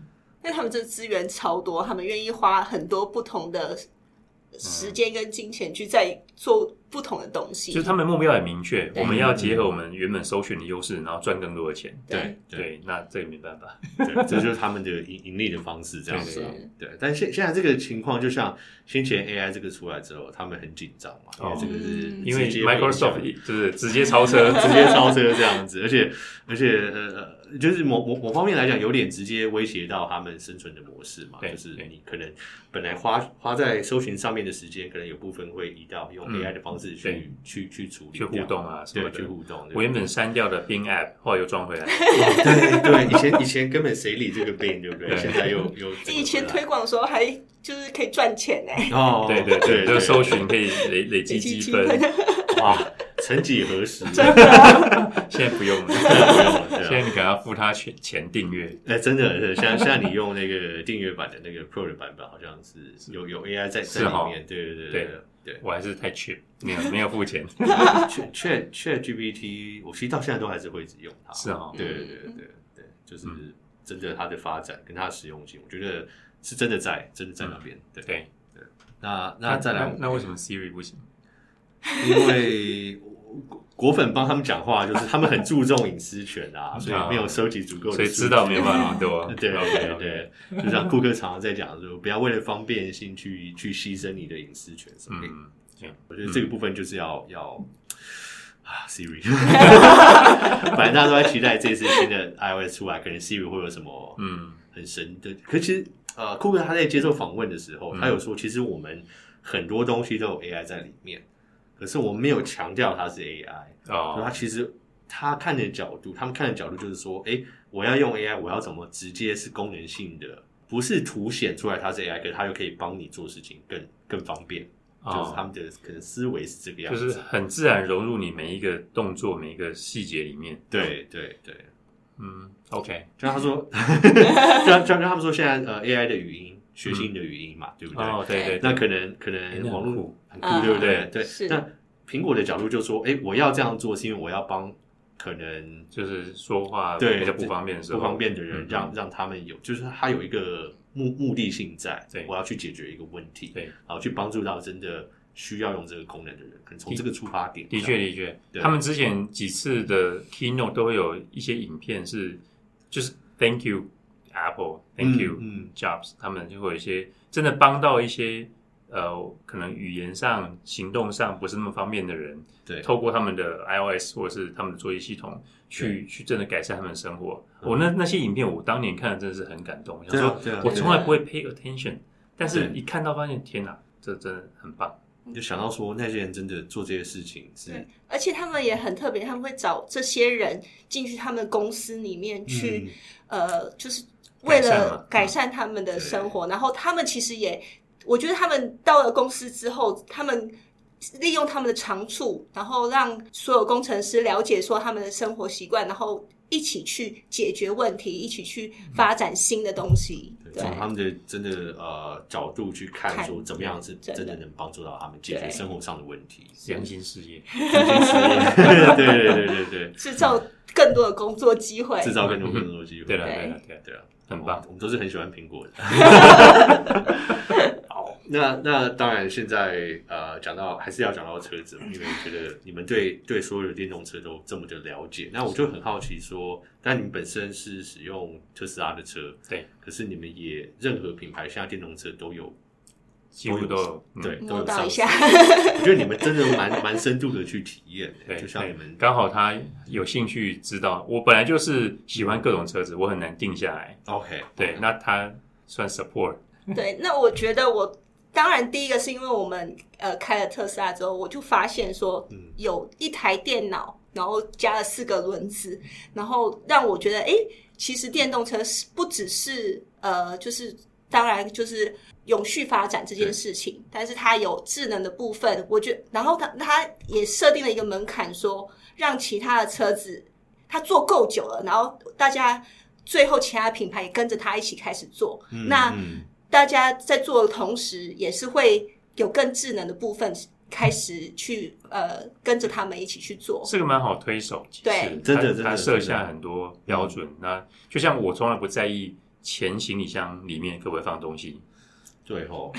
但他们这资源超多，他们愿意花很多不同的嗯时间跟金钱去在做不同的东西。就是他们目标很明确，对我们要结合我们原本搜寻的优势，然后赚更多的钱。对对对，那这也没办法。对，这就是他们的盈盈利的方式，这样子啊是。对，但现现在这个情况，就像先前 AI 这个出来之后，他们很紧张嘛，因哦为这个是嗯因为直接会影响 Microsoft 就是直接 超车，直接超车这样子，而且而且呃，呃就是某某某方面来讲，有点直接威胁到他们生存的模式嘛，对就是对你可能本来花花在搜寻上面的时间，可能有部分会移到用嗯 AI 的方式对去去去处理去互掉动啊什么对，的去互动。对我原本删掉的 Bing App，后来又装回来。 对对，以前以前根本谁理这个病，对不对？对现在又又整个以前回来推广的时候还就是可以赚钱欸呢、哦，对对对，就对，是搜寻可以累累积累积积积分，哇，曾几何时，真的，现在不用 了。 不用了对啊现在你可能要付他钱钱订阅，哎，真的，是像像你用那个订阅版的那个 Pro 的版本，好像是有有 AI 在在是里哈面，对对对对对对。我还是太 cheap，没有没有 付钱。 Chat Chat Chat GPT，我其实到现在都还是会一直用它。是嗯哦对对对对对，就是真的它的发展跟它的实用性，我觉得是真的在，真的在那边。对，嗯对，那那再来，那为什么 Siri 不行？因为我果粉帮他们讲话，就是他们很注重隐私权啊，所以没有收集足够的嗯所以数据，。知道没有办法多 对对 OK，OK 对， 就像库克常常在讲说，不要为了方便性去去牺牲你的隐私权什么的。嗯，我觉得这个部分就是要要 啊，Siri，反正大家都在期待这次新的 iOS 出来，可能 Siri 会有什么嗯很神的。可其实呃，库克他在接受访问的时候，嗯他有说，其实我们很多东西都有 AI 在里面，可是我们没有强调它是 AI。所以他哦，其实他看的角度，他们看的角度就是说，哎、我要用 AI，我要怎么直接是功能性的，不是凸显出来它是 AI，可是它又可以帮你做事情更更方便，就是他哦们的可能思维是这个样就子。是很自然融入你每一个动作、每一个细节里面。，对对对，嗯，OK，就像他 说，就像就像他们说现在呃 AI 的语音，学习你的语音嘛，对不对？哦，对对，对那可能可哎能那网很络酷很嗯酷，对不对？嗯对是。那苹果的角度就说，哎，我要这样做是因为我要帮可能就是说话对比较不方便的时候，不方便的人嗯，让让他们有，就是他有一个目目的性在，对我要去解决一个问题，对然后去帮助到真的需要用这个功能的人，可能从这个出发点，的确，，的确，对他们之前几次的 keynote 都会有一些影片是，就是 Thank you Apple，Thank 嗯 you 嗯 Jobs，他们就会有一些真的帮到一些呃，可能语言上、行动上不是那么方便的人，对，透过他们的 iOS 或者是他们的作业系统去去真的改善他们的生活。我那那些影片，我当年看的真的是很感动，我嗯对想啊说对啊，我对啊从来不会 pay attention，但是对一看到发现，天哪，这真的很棒。你就想到说那些人真的做这些事情是对，而且他们也很特别，他们会找这些人进去他们公司里面去，呃，就是为改善嘛了嗯改善嗯他们的生活。然后他们其实也，我觉得他们到了公司之后，他们利用他们的长处，然后让所有工程师了解说他们的生活习惯，然后一起去解决问题，一起去发展新的东西。对对从他们的真的呃角度去看，看说怎么样是真的真的能帮助到他们解决对生活上的问题，良心事业，对对对对对，制造更多的工作机会。制造更多更多机会，对了，对对了，对了，对啊，很棒我我们都是很喜欢苹果 的。好，那那当然，现在呃，讲到还是要讲到车子嘛，因为觉得你们对对所有的电动车都这么的了解，那我就很好奇说，那你们本身是使用特斯拉的车，对，可是你们也任何品牌现在电动车都有，几乎都有，嗯对，都摸有到上一市下，我觉得你们真的蛮蛮深度的去体验的，对，就像对你们刚好他有兴趣知道，我本来就是喜欢各种车子，我很难定下来。 OK 对，那他算 support，对，那我觉得我当然第一个是因为我们呃开了特斯拉之后，我就发现说嗯有一台电脑，然后加了四个轮子，然后让我觉得诶，其实电动车是不只是呃，就是当然就是永续发展这件事情，但是它有智能的部分，我觉然后它它也设定了一个门槛说让其他的车子它做够久了，然后大家最后其他品牌也跟着它一起开始做，嗯那嗯大家在做的同时，也是会有更智能的部分开始去呃跟着他们一起去做。这个蛮好推手。其实对他真的真的嗯他设真的下很多标准。那就像我从来不在意前行李箱里面可不可以放东西，对哦，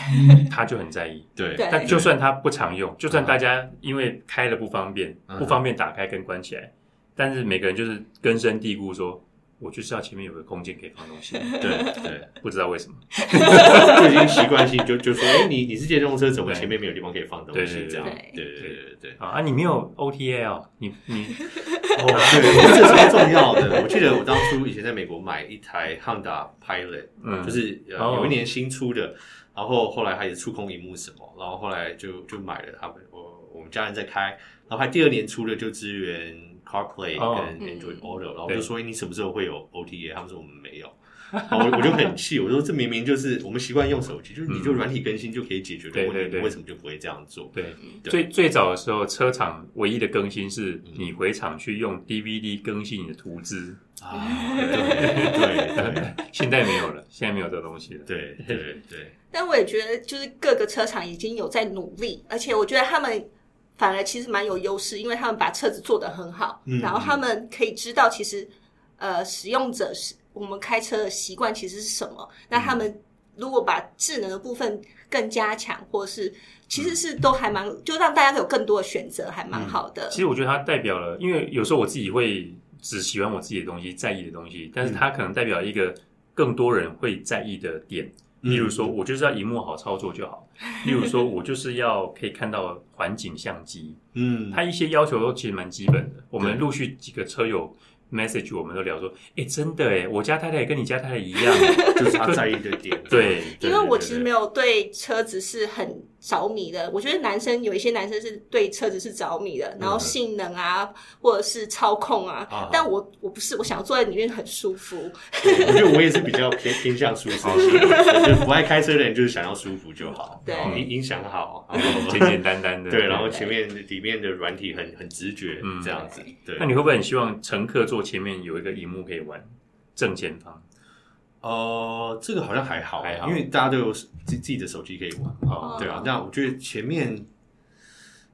他就很在意。对对但就算他不常用，就算大家因为开了不方便，嗯不方便打开跟关起来，但是每个人就是根深蒂固说，我就是要前面有个空间可以放东 西，对对。不知道为什么。 就已经习惯性就就说，哎、你你是电动车，怎么前面没有地方可以放东西？对对对这样，对对对对对对。啊，啊你没有 OTA 哦，你 你哦， 对，这超重要的。我记得我当初以前在美国买一台 Honda Pilot，嗯，就是、呃哦有一年新出的，然后后来它也触控荧幕什么，然后后来就就买了他们，我我们家人在开，然后还第二年出的就支援 CarPlay 哦跟嗯 Android Auto，、然后我对就说哎你什么时候会有 OTA？他们说我们没有。然后我我就很气，我说这明明就是我们习惯用手机，就是你就软体更新就可以解决的嗯对问题，对对你为什么就不会这样做？对，对最最早的时候，车厂唯一的更新是你回厂去用 DVD 更新你的图资，啊，对对对现在没有了，现在没有这个东西了。对对对，但我也觉得，就是各个车厂已经有在努力，而且我觉得他们反而其实蛮有优势，因为他们把车子做得很好，嗯然后他们可以知道其实呃使用者是我们开车的习惯其实是什么，那他们如果把智能的部分更加强，或是其实是都还蛮，就让大家有更多的选择，还嗯蛮好的。其实我觉得它代表了，因为有时候我自己会只喜欢我自己的东西，在意的东西，但是它可能代表一个更多人会在意的点。 例如说，我就是要荧幕好操作就好；例如说，我就是要可以看到环景相机。嗯，它一些要求都其实蛮基本的。我们陆续几个车友 message 我们都聊说，哎，真的哎，我家太太跟你家太太一样。哎就是他在意的点。 对，对因为我对其实对没有对车子是很着迷的，我觉得男生有一些男生是对车子是着迷的，然后性能啊，或者是操控啊，啊但我我不是，我想坐在里面很舒服。 我觉得我也是比较偏偏向舒适哦型的，就是不爱开车的人就是想要舒服就好， 对音音响 好，然简后简单单 的。对，然后前面里面的软体很很直觉嗯这样子，对那。你会不会很希望乘客座前面有一个荧幕可以玩？正前方呃，这个好像还好，还好因为大家都有自自己的手机可以玩，哦对啊。那我觉得前面，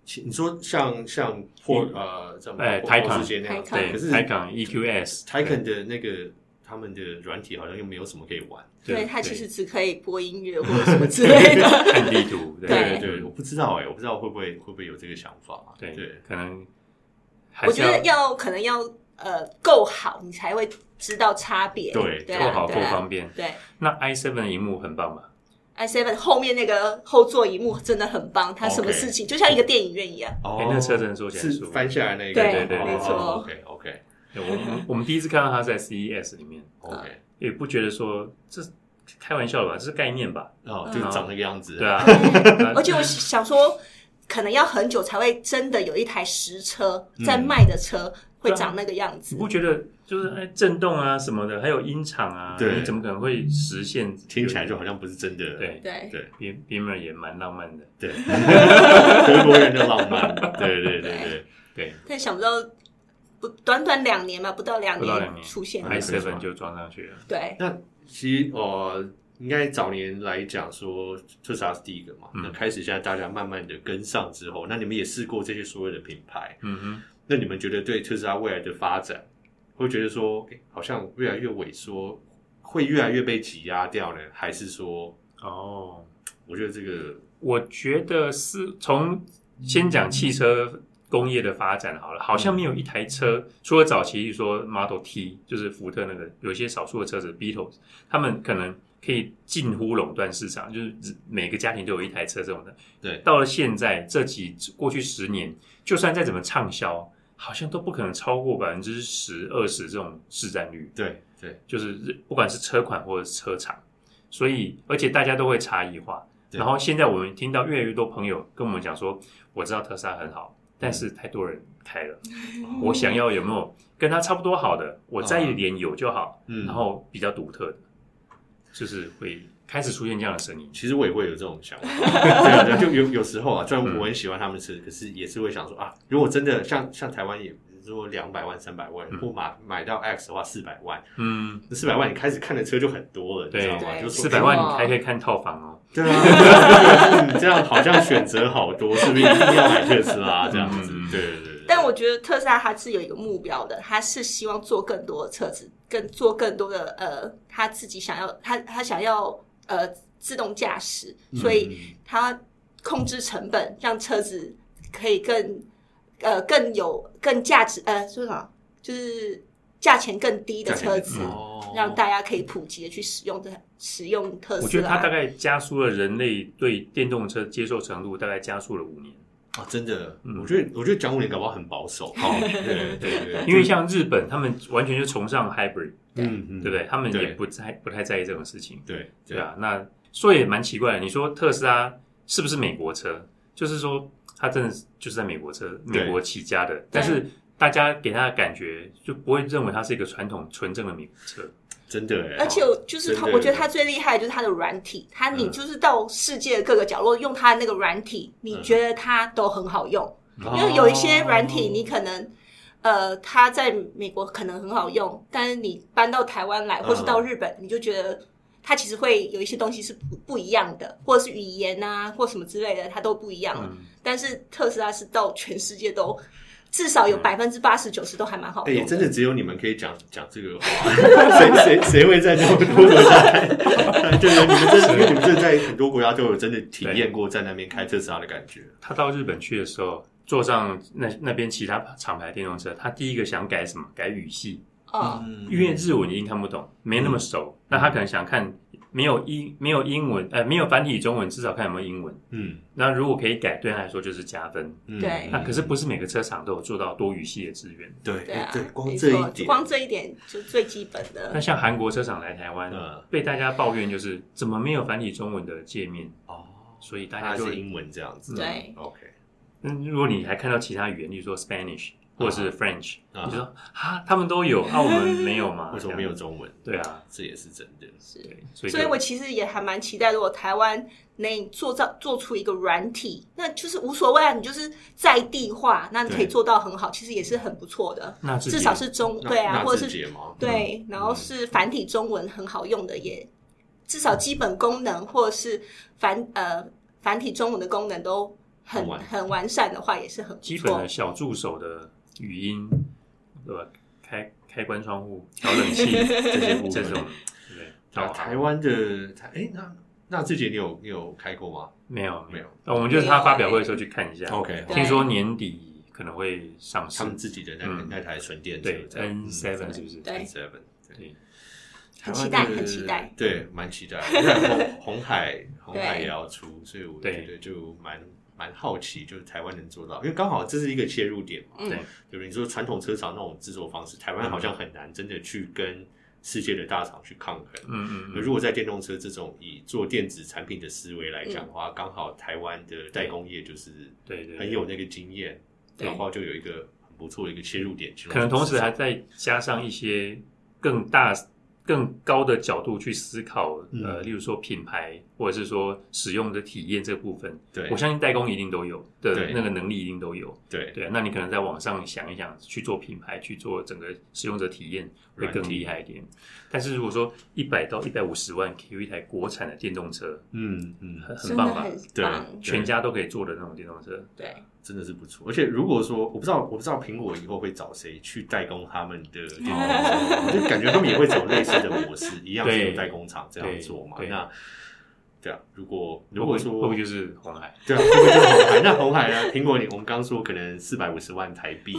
前你说像像破呃，这么哎破 Taycan 破世界那样， Taycan 对可是 t a y c o n EQS Titan 的那个他们的软体好像又没有什么可以玩，对，它对其实只可以播音乐或者什么之类的。看地图， 嗯对对，我不知道哎、我不知道会不会会不会有这个想法、啊，对对，可能 还我是觉得要要可能要呃够好，你才会知道差别。对对啊够好够对啊方便。对那 i7 的荧幕很棒吧？ i seven 后面那个后座荧幕真的很棒，它什么 OK 事情就像一个电影院一样。 哦哎，那车真的缩起来很是舒服翻下来那个，对对对没错 OK OK 对我们我们第一次看到它在 CES 里面， OK，也不觉得说这是开玩笑的吧，这是概念吧？哦，就长那个样子， 对啊，而且我想说，可能要很久才会真的有一台实车在卖的车会长那个样子你。嗯啊不觉得就是哎震动啊什么的，还有音场啊，对你怎么可能会实现？听起来就好像不是真的，对对， b i m e r 也蛮浪漫的，对，德国人的浪漫，对对对对，对但想不到不短短两年嘛，不到两不到两年出现还是，i7 就装上去了。对其实呃，应该早年来讲说特斯拉是第一个嘛，嗯那开始现在大家慢慢的跟上之后，那你们也试过这些所有的品牌，嗯哼，那你们觉得对特斯拉未来的发展，会觉得说，诶好像越来越萎缩，会越来越被挤压掉呢？还是说，哦，我觉得这个，我觉得是从先讲汽车工业的发展好了，好像没有一台车，除了早期说 Model T，就是福特那个，有一些少数的车子 Beatles，他们可能可以近乎垄断市场，就是每个家庭都有一台车这种的。对到了现在这几过去十年，就算再怎么畅销，好像都不可能超过百分之十、二十这种市占率。对对就是不管是车款或者是车厂，所以而且大家都会差异化。对然后现在我们听到越来越多朋友跟我们讲说，我知道特斯拉很好，但嗯是太多人开哦了，我想要有没有跟它差不多好的，我在意点有就好，嗯然后比较独特的，就是会开始出现这样的声音。其实我也会有这种 想法，对啊，对啊就有有时候嗯啊，虽然我很喜欢他们吃，可是也是会想说啊，如果真的像像台湾也，如果两百万、三百万，嗯不买买到 X 的话，四百万，嗯，那四百万你开始看的车就很多了，你知道吗？对就说哎四百万哇你还可以看套房哦。对啊，你这样好像选择好多，是不是一定要买特斯拉这样子嗯？对对对对。 但我觉得特斯拉它是有一个目标的，它是希望做更多的车子，更做更多的呃，他自己想要，他他想要呃自动驾驶，嗯所嗯以它控制成本，让车子可以更呃更有更价值呃说什么就是价钱更低的车子，嗯哦让大家可以普及的去使用的使用特斯拉。我觉得它大概加速了人类对电动车接受程度，大概加速了五年。哦，真的，嗯我觉得我觉得讲五年搞不好很保守，哦，对对对对，因为像日本，他们完全就崇尚 hybrid，嗯嗯对不对？他们也对不太不太在意这种事情，对对，啊。那所以也蛮奇怪的，你说特斯拉是不是美国车？就是说它真的是就是在美国车，对美国起家的，但是大家给它的感觉就不会认为它是一个传统纯正的美国车。真的哎，而且我哦就是它，真的我觉得它最厉害的就是它的软体，它你嗯就是到世界各个角落用它的那个软体，你嗯觉得它都很好用，哦因为有一些软体你可能。呃，它在美国可能很好用，但是你搬到台湾来，或是嗯到日本，你就觉得它其实会有一些东西是不不一样的，或者是语言啊，或什么之类的，它都不一样了。嗯，但是特斯拉是到全世界都至少有百分之八十九十都还蛮好嗯哎、用也真的只有你们可以讲讲这个 话，谁谁谁会在那么多国家？ 就是你们这你们这在很多国家都有真的体验过在那边开特斯拉的感觉。他到日本去的时候，坐上那那边其他厂牌电动车，他第一个想改什么？改语系，嗯啊。嗯因为日文已经看不懂，没那么熟。那他可能想看没有英没有英文，呃，没有繁体中文，至少看有没有英文。嗯，那如果可以改，对他来说就是加分。嗯对啊那可是不是每个车厂都有做到多语系的资源。对对啊对，，光没这一错点，光这一点就最基本的那。像韩国车厂来台湾，嗯被大家抱怨就是怎么没有繁体中文的界面，哦，所以大家它就是英文这样子。对 OK，嗯，如果你还看到其他语言，例如说 Spanish 或者是 French，、啊你就说哈，他们都有， 啊，我们没有嘛？为什么这没样有？中文？对啊，这也是真的。是，对，所以所以就我其实也还蛮期待，如果台湾能做造做出一个软体，那就是无所谓啊，你就是在地化，那你可以对做到很好，其实也是很不错的，那自己至少是中那对啊，那或自者是己嘛，对，然后是繁体中文很好用的也，至少基本功能或者是繁呃繁体中文的功能都很很完很完善的话，也是很不基本错的。小助手的语音，对吧？开开关窗户、调冷 气这些部分，这种对。那台湾的台，哎，那那自己你有你有开过吗？没有没有，那哦我们就是他发表会的时候去看一下。 OK，对听说年底可能会上市他，们自己的那嗯那台纯电车嗯对，N Seven 是不是？对 seven，对，很期待很期待，对，蛮期待。 因为红红海红海对也要出，所以我对觉得就蛮蛮好奇，就是台湾能做到，因为刚好这是一个切入点嘛。嗯对，就是你说传统车厂那种制作方式，台湾好像很难真的去跟世界的大厂去抗衡。嗯嗯如嗯，果在电动车这种以做电子产品的思维来讲的嗯话，刚好台湾的代工业就是对对，很有那个经验，对然后就有一个很不错的一个切入点。可能同时还再加上一些更大、更高的角度去思考，呃，嗯例如说品牌，或者是说使用的体验这部分，对我相信代工一定都有的对那个能力一定都有。对对，那你可能在网上想一想，去做品牌，去做整个使用者体验会软体更厉害一点。但是如果说一百到一百五十万可以有一台国产的电动车，嗯嗯，很很真的棒吧？啊很对棒，全家都可以坐的那种电动车，对，真的是不错。而且如果说我不知道，我不知道苹果以后会找谁去代工他们 的电动车，我就感觉他们也会走类似的模式，一样是对有代工厂这样做嘛。对对那对啊，如果如果会不会会不说会就是红海？对啊，会不会就是红海？那红海呢？ 苹果你我们刚说可能四百五十万台 币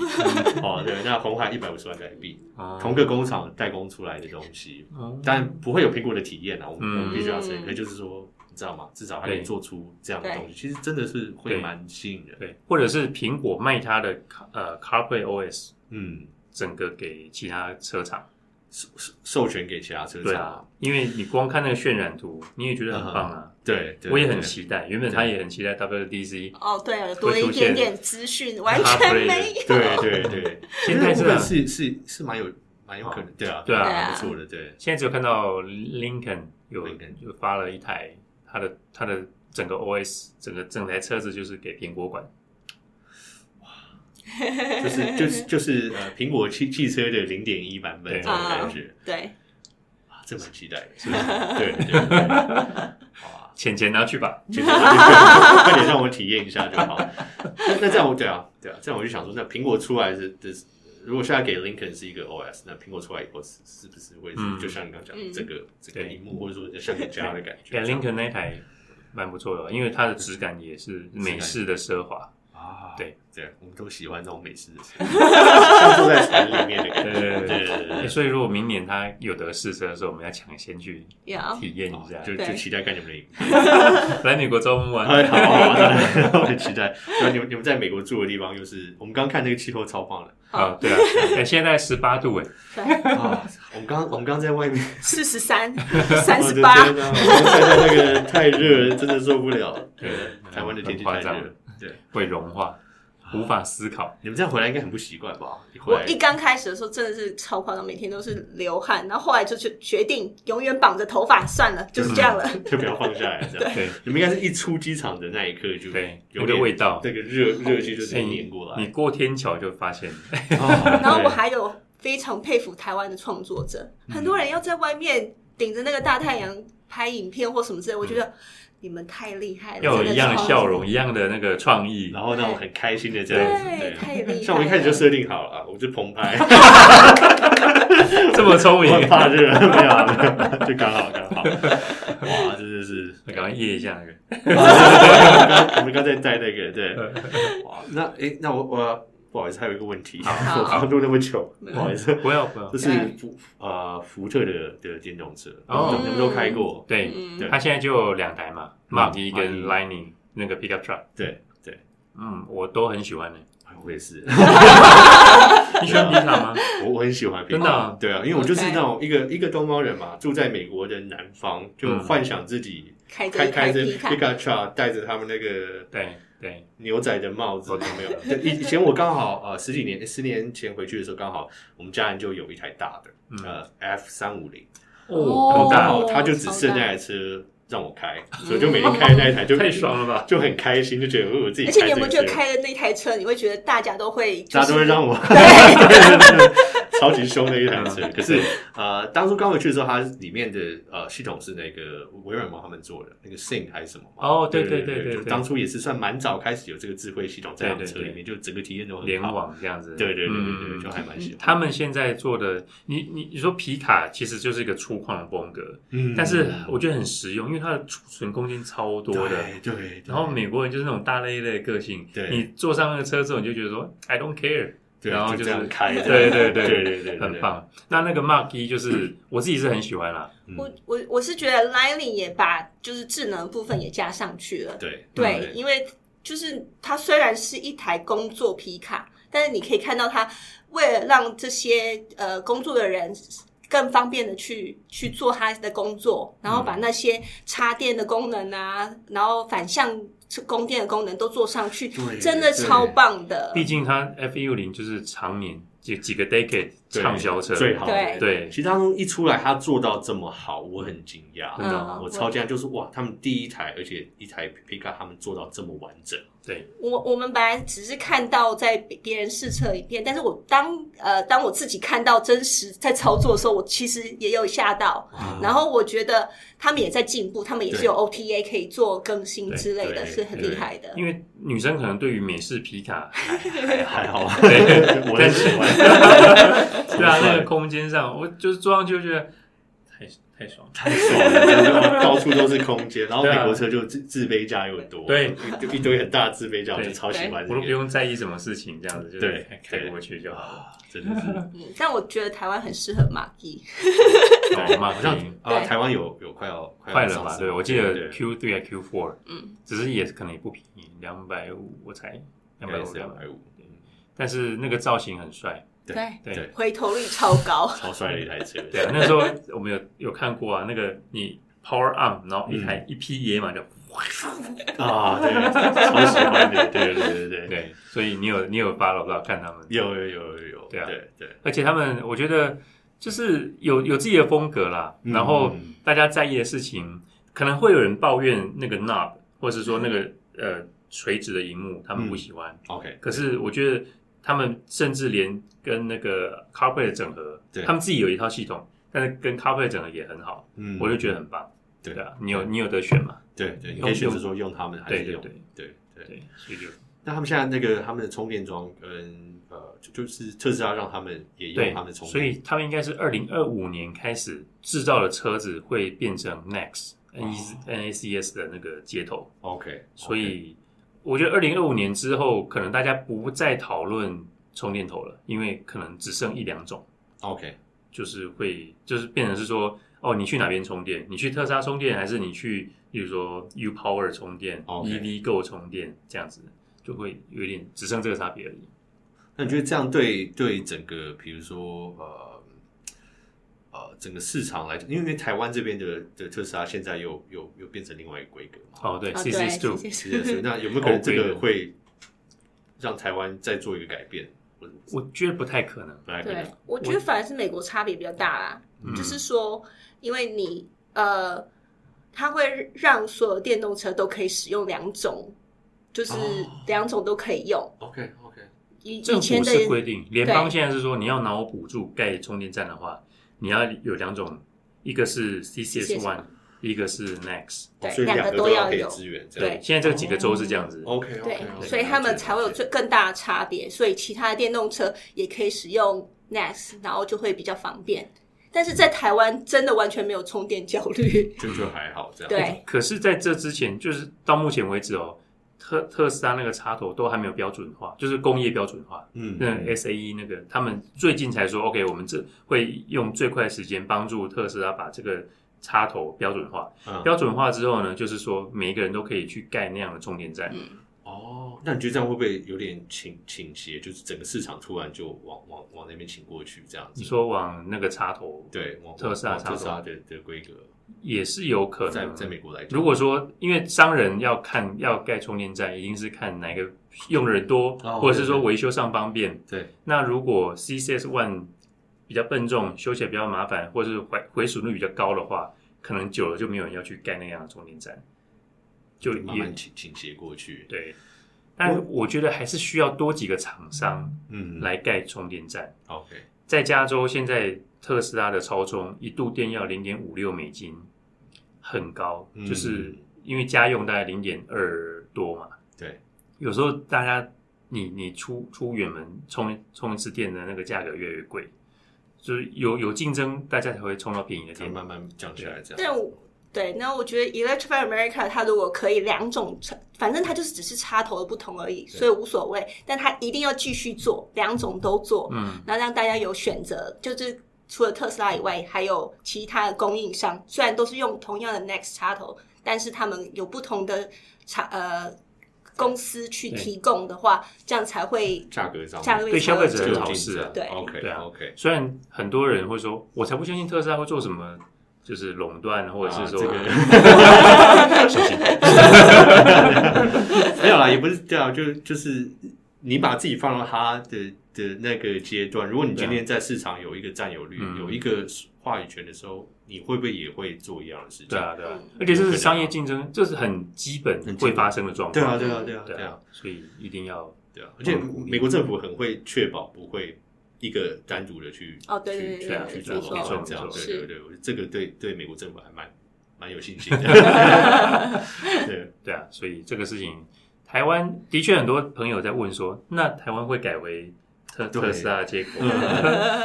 哦，对，那红海一百五十万台币，哦同个工厂代工出来的东西，哦当然不会有苹果的体验啊，我们嗯我们必须要承认。嗯可就是说，你知道吗？至少它可以对做出这样的东西，其实真的是会对蛮吸引人。对，或者是苹果卖它的呃 CarPlay OS 嗯，整个给其他车厂，授授授权给其他车对厂啊，，因为你光看那个渲染图，你也觉得很棒啊，对，对我也很嗯对期待，原本他也很期待 WDC，哦对了，多了一点点资讯，完全 Upgrade 没有。对对 对，现在这是个啊部分是是是蛮有蛮有可能，对啊对啊蛮不错的，对现在只有看到 Lincoln 有 Lincoln 有发了一台他的他的整个 OS 整个整台车子就是给苹果管，就是就是就是呃，苹果汽汽车的零点一版本对这种感觉，对，啊这蛮期待的， 是不是对对对，哇，钱钱拿去吧，其实 快点让我体验一下就好。那那这样我对啊对啊，这样我就想说，那苹果出来的的，如果现在给 Lincoln 是一个 OS，那苹果出来以后是是不是会是、嗯就像你刚讲嗯这个这个对荧幕，或者说像个家的感觉给哎 Lincoln 那一台蛮不错的，因为它的质感也是美式的奢华，啊，对对，我们都喜欢这种美式的，像坐在船里面的感觉，对对对对欸对所以如果明年他有得试车的时候，我们要抢先去要体验对，一下。哦就就对期待看你们的影片。来美国周末啊， 哎，好好， 好，我很期待。然后你们你们在美国住的地方，又是我们刚看那个气候超棒的啊，对啊，哎，现在十八度哎，对，啊！我们刚我们刚在外面四 十三、三我十的八，天啊我晒在那个太热了，真的受不了。对， 台湾的天气太很夸张热。对，会融化，无法思考。你们这样回来应该很不习惯吧？一回我来一刚开始的时候真的是超夸张，每天都是流汗，然后后来就决决定永远绑着头发算了，就是这样了。就不要放下来，这样。对你们应该是一出机场的那一刻就对，哎有有个点味道。那个热热气就是哎碾过来你。过天桥就发现，然然后我还有非常佩服台湾的创作嗯者，很多人要在外面顶着那个大太阳拍影片或什么之类，我觉得你们太厉害了，要有真一样的超笑容，一样的那个创意，然后那种很开心的这样子，对，太厉害了。像我一开始就设定好了，啊我就澎湃， 这么聪 我明，很 怕热，没有啊，没有啊就刚好刚好。哇，真的 是，赶快噎一下那个。我们刚才带那个对，哇，那诶，那我我要不好意思，还有一个问题， 好我刚录那么久，不好意思，不要不要这，是福呃福特的的电动车，哦你们都开过？对，哎对嗯，他现在就有两台嘛，Mark 一跟 Mach Lightning 那个 pickup truck，对对，嗯，我都很喜 欢的。哎我也是，你喜欢 pickup 吗？我我很喜欢真的啊对啊，因为我就是那种一个一个东方人嘛，住在美国的南方，就嗯幻想自己开开着开着着皮卡 pickup truck，戴着他们那个 对对，牛仔的帽子有没有？ 对，以以前我刚好呃十几年十年前回去的时候，刚好我们家人就有一台大的嗯呃 F 三五零，哦然后刚哦好他就只剩那台车让我开，所以就每天开那一台就 太爽了吧！就很开心，就觉得哦我自己开而且这你有没有个觉得车，开的那台车，你会觉得大家都会，就大是家都会 让 我超级凶的一台嗯车。可是呃，当初刚回去的时候，它里面的呃系统是那个微软帮他们做的那个 Sync 还是什么嘛？哦对对对对对就对当初也是算蛮早开始有这个智慧系统在他们对对车里面，就整个体验都很好。联网这样子，对对对对对，嗯就还蛮喜欢。他们现在做的，你你你说皮卡其实就是一个粗犷的风格，嗯但是我觉得很实用，因为它的储存空间超多的。对对对，然后美国人就是那种大咧咧的个性，对你坐上那个车之后，你就觉得说 I don't care，对然后就就这是样开，对对对对对对对，很棒。那那个 Mark 一就是我自己是很喜欢啦，嗯。我我我是觉得 Lightning 也把就是智能部分也加上去了，对对，因为就是它虽然是一台工作皮卡，但是你可以看到它为了让这些呃工作的人更方便的去去做他的工作，然后把那些插电的功能啊，然后反向供电的功能都做上去对，真的超棒的。毕竟它 F 1 0就是常年几几个 decade 对畅销车，最好的嗯对对其实当中一出来，他做到这么好，我很惊讶，真的嗯我超惊讶，就是哇，他们第一台，而且一台皮卡，他们做到这么完整，对，我我们本来只是看到在别人试车影片，但是我当呃当我自己看到真实在操作的时候，我其实也有吓到。 嗯然后我觉得他们也在进步，他们也是有 OTA 可以做更新之类的，对是很厉害的。因为女生可能对于美式皮 卡还还哎还 好，好，对我很喜欢，对啊，那个空间上，我就是坐上去就觉得太太爽了。太爽 了，真的到处都是空间，然后对美啊国车就自自卑架又多，对就一堆很大的自卑架，我就对超喜欢这个，我都不用在意什么事情，这样子就对是开开过去就好了。啊，真的是。嗯但我觉得台湾很适合马基，哦，马 好像上啊，对台湾有有快要快要了上吧？市对，我记得对 Q 3还 Q four，嗯，只是也可能也不便宜，两百五我才两百五两两百，百五，但是那个造型很帅。对对，对对回头率超 ，高超帅的一台车，对啊，那时候我们有有看过啊，那个你 power on，然后一嗯台一匹野马就啊，对，超喜欢的，对对对对对，对，所以你有你有 follow 到看他们，有有有有有，对啊对对，而且他们我觉得就是有有自己的风格啦，嗯然后大家在意的事情，可能会有人抱怨那个 knob，或是说那个嗯呃垂直的荧幕，他们不喜欢。 OK，可是我觉得他们甚至连跟那个 CarPlay 的整合对，他们自己有一套系统，但是跟 CarPlay 整合也很好，嗯我就觉得很棒。对啊，你有你有得选嘛？对对，你用可以选择说用他们还是对用对对对。对，所以就那他们现在那个他们的充电桩跟呃，就就是特斯拉让他们也用对他们，的充所电，以他们应该是二零二五年开始制造的车子会变成 Next N E N A C S 的那个接头， OK，所以我觉得二零二五年之后，可能大家不再讨论充电头了，因为可能只剩一两种。 OK，就是会就是变成是说，哦，你去哪边充电？你去特斯拉充电，还是你去，例如说 U Power 充电、 OK EV Go 充电这样子，就会有一点只剩这个差别而已。那你觉得这样对对整个，比如说呃呃整个市场来讲，因为台湾这边的的特斯拉现在又又又变成另外一个规格嘛，哦，对哦，CC Two，对是的 是的那有没有可能这个会让台湾再做一个改变？我我觉得不太可能。本来可对能，我觉得反而是美国差别比较大啦。嗯就是说，因为你呃，它会让所有电动车都可以使用两种，就是哦两种都可以用。 OK OK，以以政前府的是规定，联邦现在是说，你要拿我补助盖充电站的话，你要有两种，一个是 CCS CCS One，一个是 Next，哦对所以两两个个都都要要可以有支援，这样对，现在这几个州是这样子， OK，对 o，k 所以他们才会有最更大的差别，所以其他的电动车也可以使用 Next，然后就会比较方便。但是在台湾真的完全没有充电焦 虑，就就还好这样。对可是在这之前，就是到目前为止哦，特特斯拉那个插头都还没有标准化，就是工业标准化。嗯，那 SAE 那个，他们最近才说，OK，我们这会用最快时间帮助特斯拉把这个插头标准化。嗯标准化之后呢，就是说每一个人都可以去盖那样的充电站。嗯，哦，那你觉得这样会不会有点倾倾斜？就是整个市场突然就往往往那边倾过去，这样子。你说往那个插头，，对，往特斯拉往特差不多斯拉的的规格，也是有可在能。在美国来讲，如果说，因为商人要看要盖充电站，一定是看哪个用的人多，哦或者是对说对维修上方便。对那如果 CCS One 比较笨重，修起来比较麻烦，或者是回回损率比较高的话，可能久了就没有人要去盖那样的充电站，就慢也慢倾倾斜过去，对。但我觉得还是需要多几个厂商嗯，来盖充电站。 OK，在加州，现在特斯拉的超充一度电要零点五六美金，很高，嗯就是因为家用大概零点二多嘛。对，有时候大家你你出出远门充充一次电的那个价格越来越贵，就是有有竞争，大家才会充到便宜的才电。慢慢降下来这样。但我对，那我觉得 Electrify America 它如果可以两种插，反正它就是只是插头的不同而已，对所以无所谓。但它一定要继续做，两种都做，嗯，然后让大家有选择，就是。除了特斯拉以外，还有其他的供应商，虽然都是用同样的 Next 插头，但是他们有不同的插呃公司去对提供的话，这样才会价格上面价位对才消会费者就有很好 竞事争啊对，OK 对啊 OK，虽然很多人会说，我才不相信特斯拉会做什么，就是垄断或者是说、啊 这个 没有啦，也不是这样，就就是你把自己放到他的的那个阶段，如果你今天在市场有一个占有率，啊嗯有一个话语权的时候，你会不会也会做一样的事情？对啊 对啊嗯，而且这是商业竞争，这是很基本很基本会发生的状况。对啊，对啊，对啊，对对啊啊，，所以一定要对啊！而且美国政府很会确保不会一个单独的去哦对对去去对对去做没错垄断没错这样，没对对错是对，我觉得这个对对美国政府还蛮蛮有信心的。 对，对啊，所以这个事情，台湾的确很多朋友在问说，那台湾会改为特对特斯拉 的接口？呃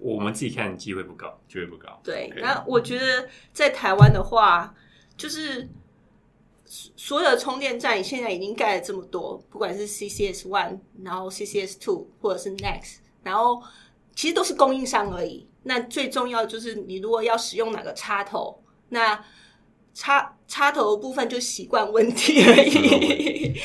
我们自己看机会不高。机会不高。对 OK，嗯那我觉得在台湾的话，就是所所有的充电站现在已经盖了这么多，不管是 CCS One，然后 CCS Two 或者是 Next，然后其实都是供应商而已。那最重要就是你如果要使用哪个插头，那插插头的部分就习惯问题而已。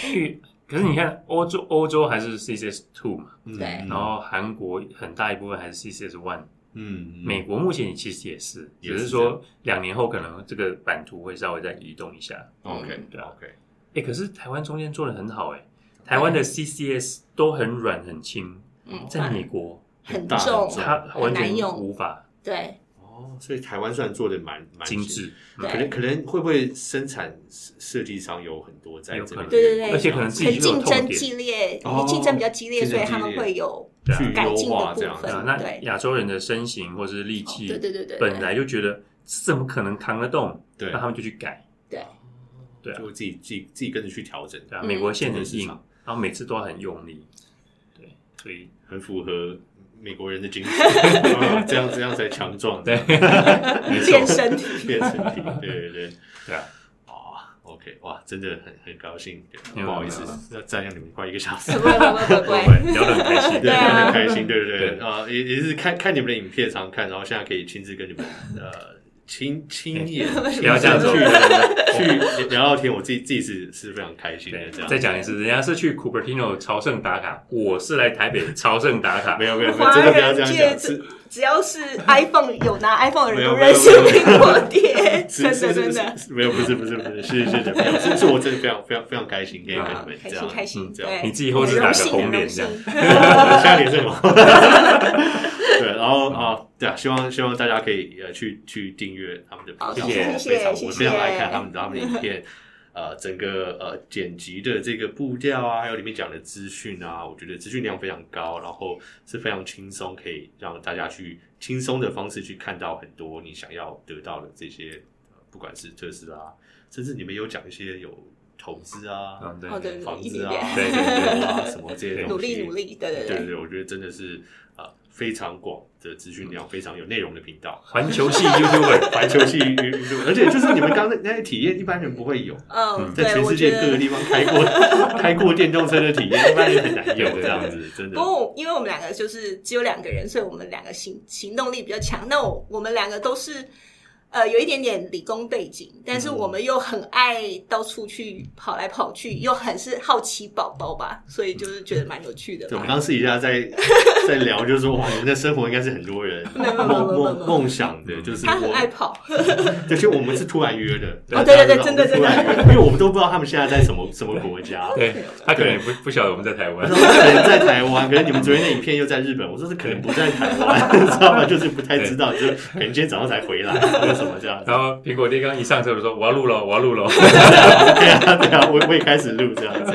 因为可是你看欧洲，欧洲还是 CCS Two 嘛，嗯对嗯然后韩国很大一部分还是 CCS One，嗯，嗯美国目前其实也是，也只是是说两年后可能这个版图会稍微再移动一下。 OK 嗯对啊 OK，哎，可是台湾中间做的很好哎，台湾的 CCS 都很软很轻，嗯在美国很大重，很它完很难全用无法对，哦，所以台湾算做的蛮蛮精，嗯致。可能可能会不会生产设设计商有很多在有这边，可能对对对而且可能自己很就有竞痛争点。激烈，哦竞争比较激烈，竞所争以激他们烈会有去改优进的化这部样子对分啊，那亚洲人的身形或者是力气，哦对对对对，对本来就觉得怎么可能扛得动，对那他们就去改，对对啊就，自己自己自己跟着去调整，对啊，嗯美国线很这个市硬场，然后每次都很用力，对，所以很符合美国人的 精神，嗯这样这样才强壮，对，没健错， 身体。变身体，对对对，对啊，啊，OK，哇，真的很很高兴，没有不好意思没有，要占用你们快一个小 时不。会不会不我会，们聊得很开 心，对，啊对啊很开心，对不对？对啊，也也是看看你们的影片常看，然后现在可以亲自跟你们呃亲亲眼哎不要这样说去 去聊聊天，我自己自己是是非常开心的对这样。再讲一次，人家是去 Cupertino 朝圣打卡，我是来台北朝圣打卡没，有没有没有，华真的不要这人样界讲，只是只要是 iPhone 有拿 iPhone 的没人有都没有认识没有苹果爹， 是 真是是的真的，是是没有不是不是不是是是的，没有是是我真的非常非常非常开心可以跟啊你们开这心样，开心，嗯这样对，你自己以后只打个红脸这样很荣 幸。很荣幸我下脸是什么？ 对，然后啊，对啊，希望希望大家可以呃去去订阅他们的频道，谢谢我非常谢谢我非常爱看他们的他们的影片，呃，整个呃剪辑的这个步调啊，还有里面讲的资讯啊，我觉得资讯量非常高，然后是非常轻松，可以让大家去轻松的方式去看到很多你想要得到的这些呃不管是特斯拉，甚至你们有讲一些有投资啊、嗯，对哦，对，房一子点啊、对点，对对啊 什么这些东西，努力努力，对对对对对，我觉得真的是啊、呃非常广的资讯嗯量，非常有内容的频道， 环球系 YouTuber，环球系而且就是你们刚才那些体验，一般人不会有。嗯，在对，全我世觉界各个得。地方 开过开过电动车的体验，一般人很难有这样子，真不的。过，因为我们两个就是只有两个人，所以我们两个行行动力比较强。那我我们两个都是呃有一点点理工背景，但是我们又很爱到处去跑来跑去，又很是好奇宝宝吧，所以就是觉得蛮有趣的对，我们吧。刚私底下 在在聊，就是说哇，你们的生活应该是很多人没有没梦有没有没有没梦有嗯梦想的，就是他很爱我，跑，对，就我们是突然约的，哦对对大对家真的都知道我们突然约因为我们都不知道他们现在在什么什么国家。对他可能也不不晓得我们在台我湾说，可能在台湾，可能你们昨天那影片又在日本，我说是可能不在台湾， 知道吗？就是不太知道，就是可能今天早上才回来，或者什么这样子然。后苹果爹刚一上车我就说我要录了，我要录了，对啊，对啊，我我也开始录这样子，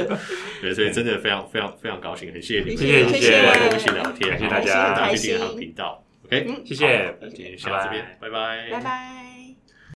对，所以真的非常非常非常高兴，很谢谢你们，谢谢谢谢谢跟我们一起聊天，感谢好大家大家开去心健康频道，OK，嗯谢谢好那今天先到这边，拜拜，拜拜。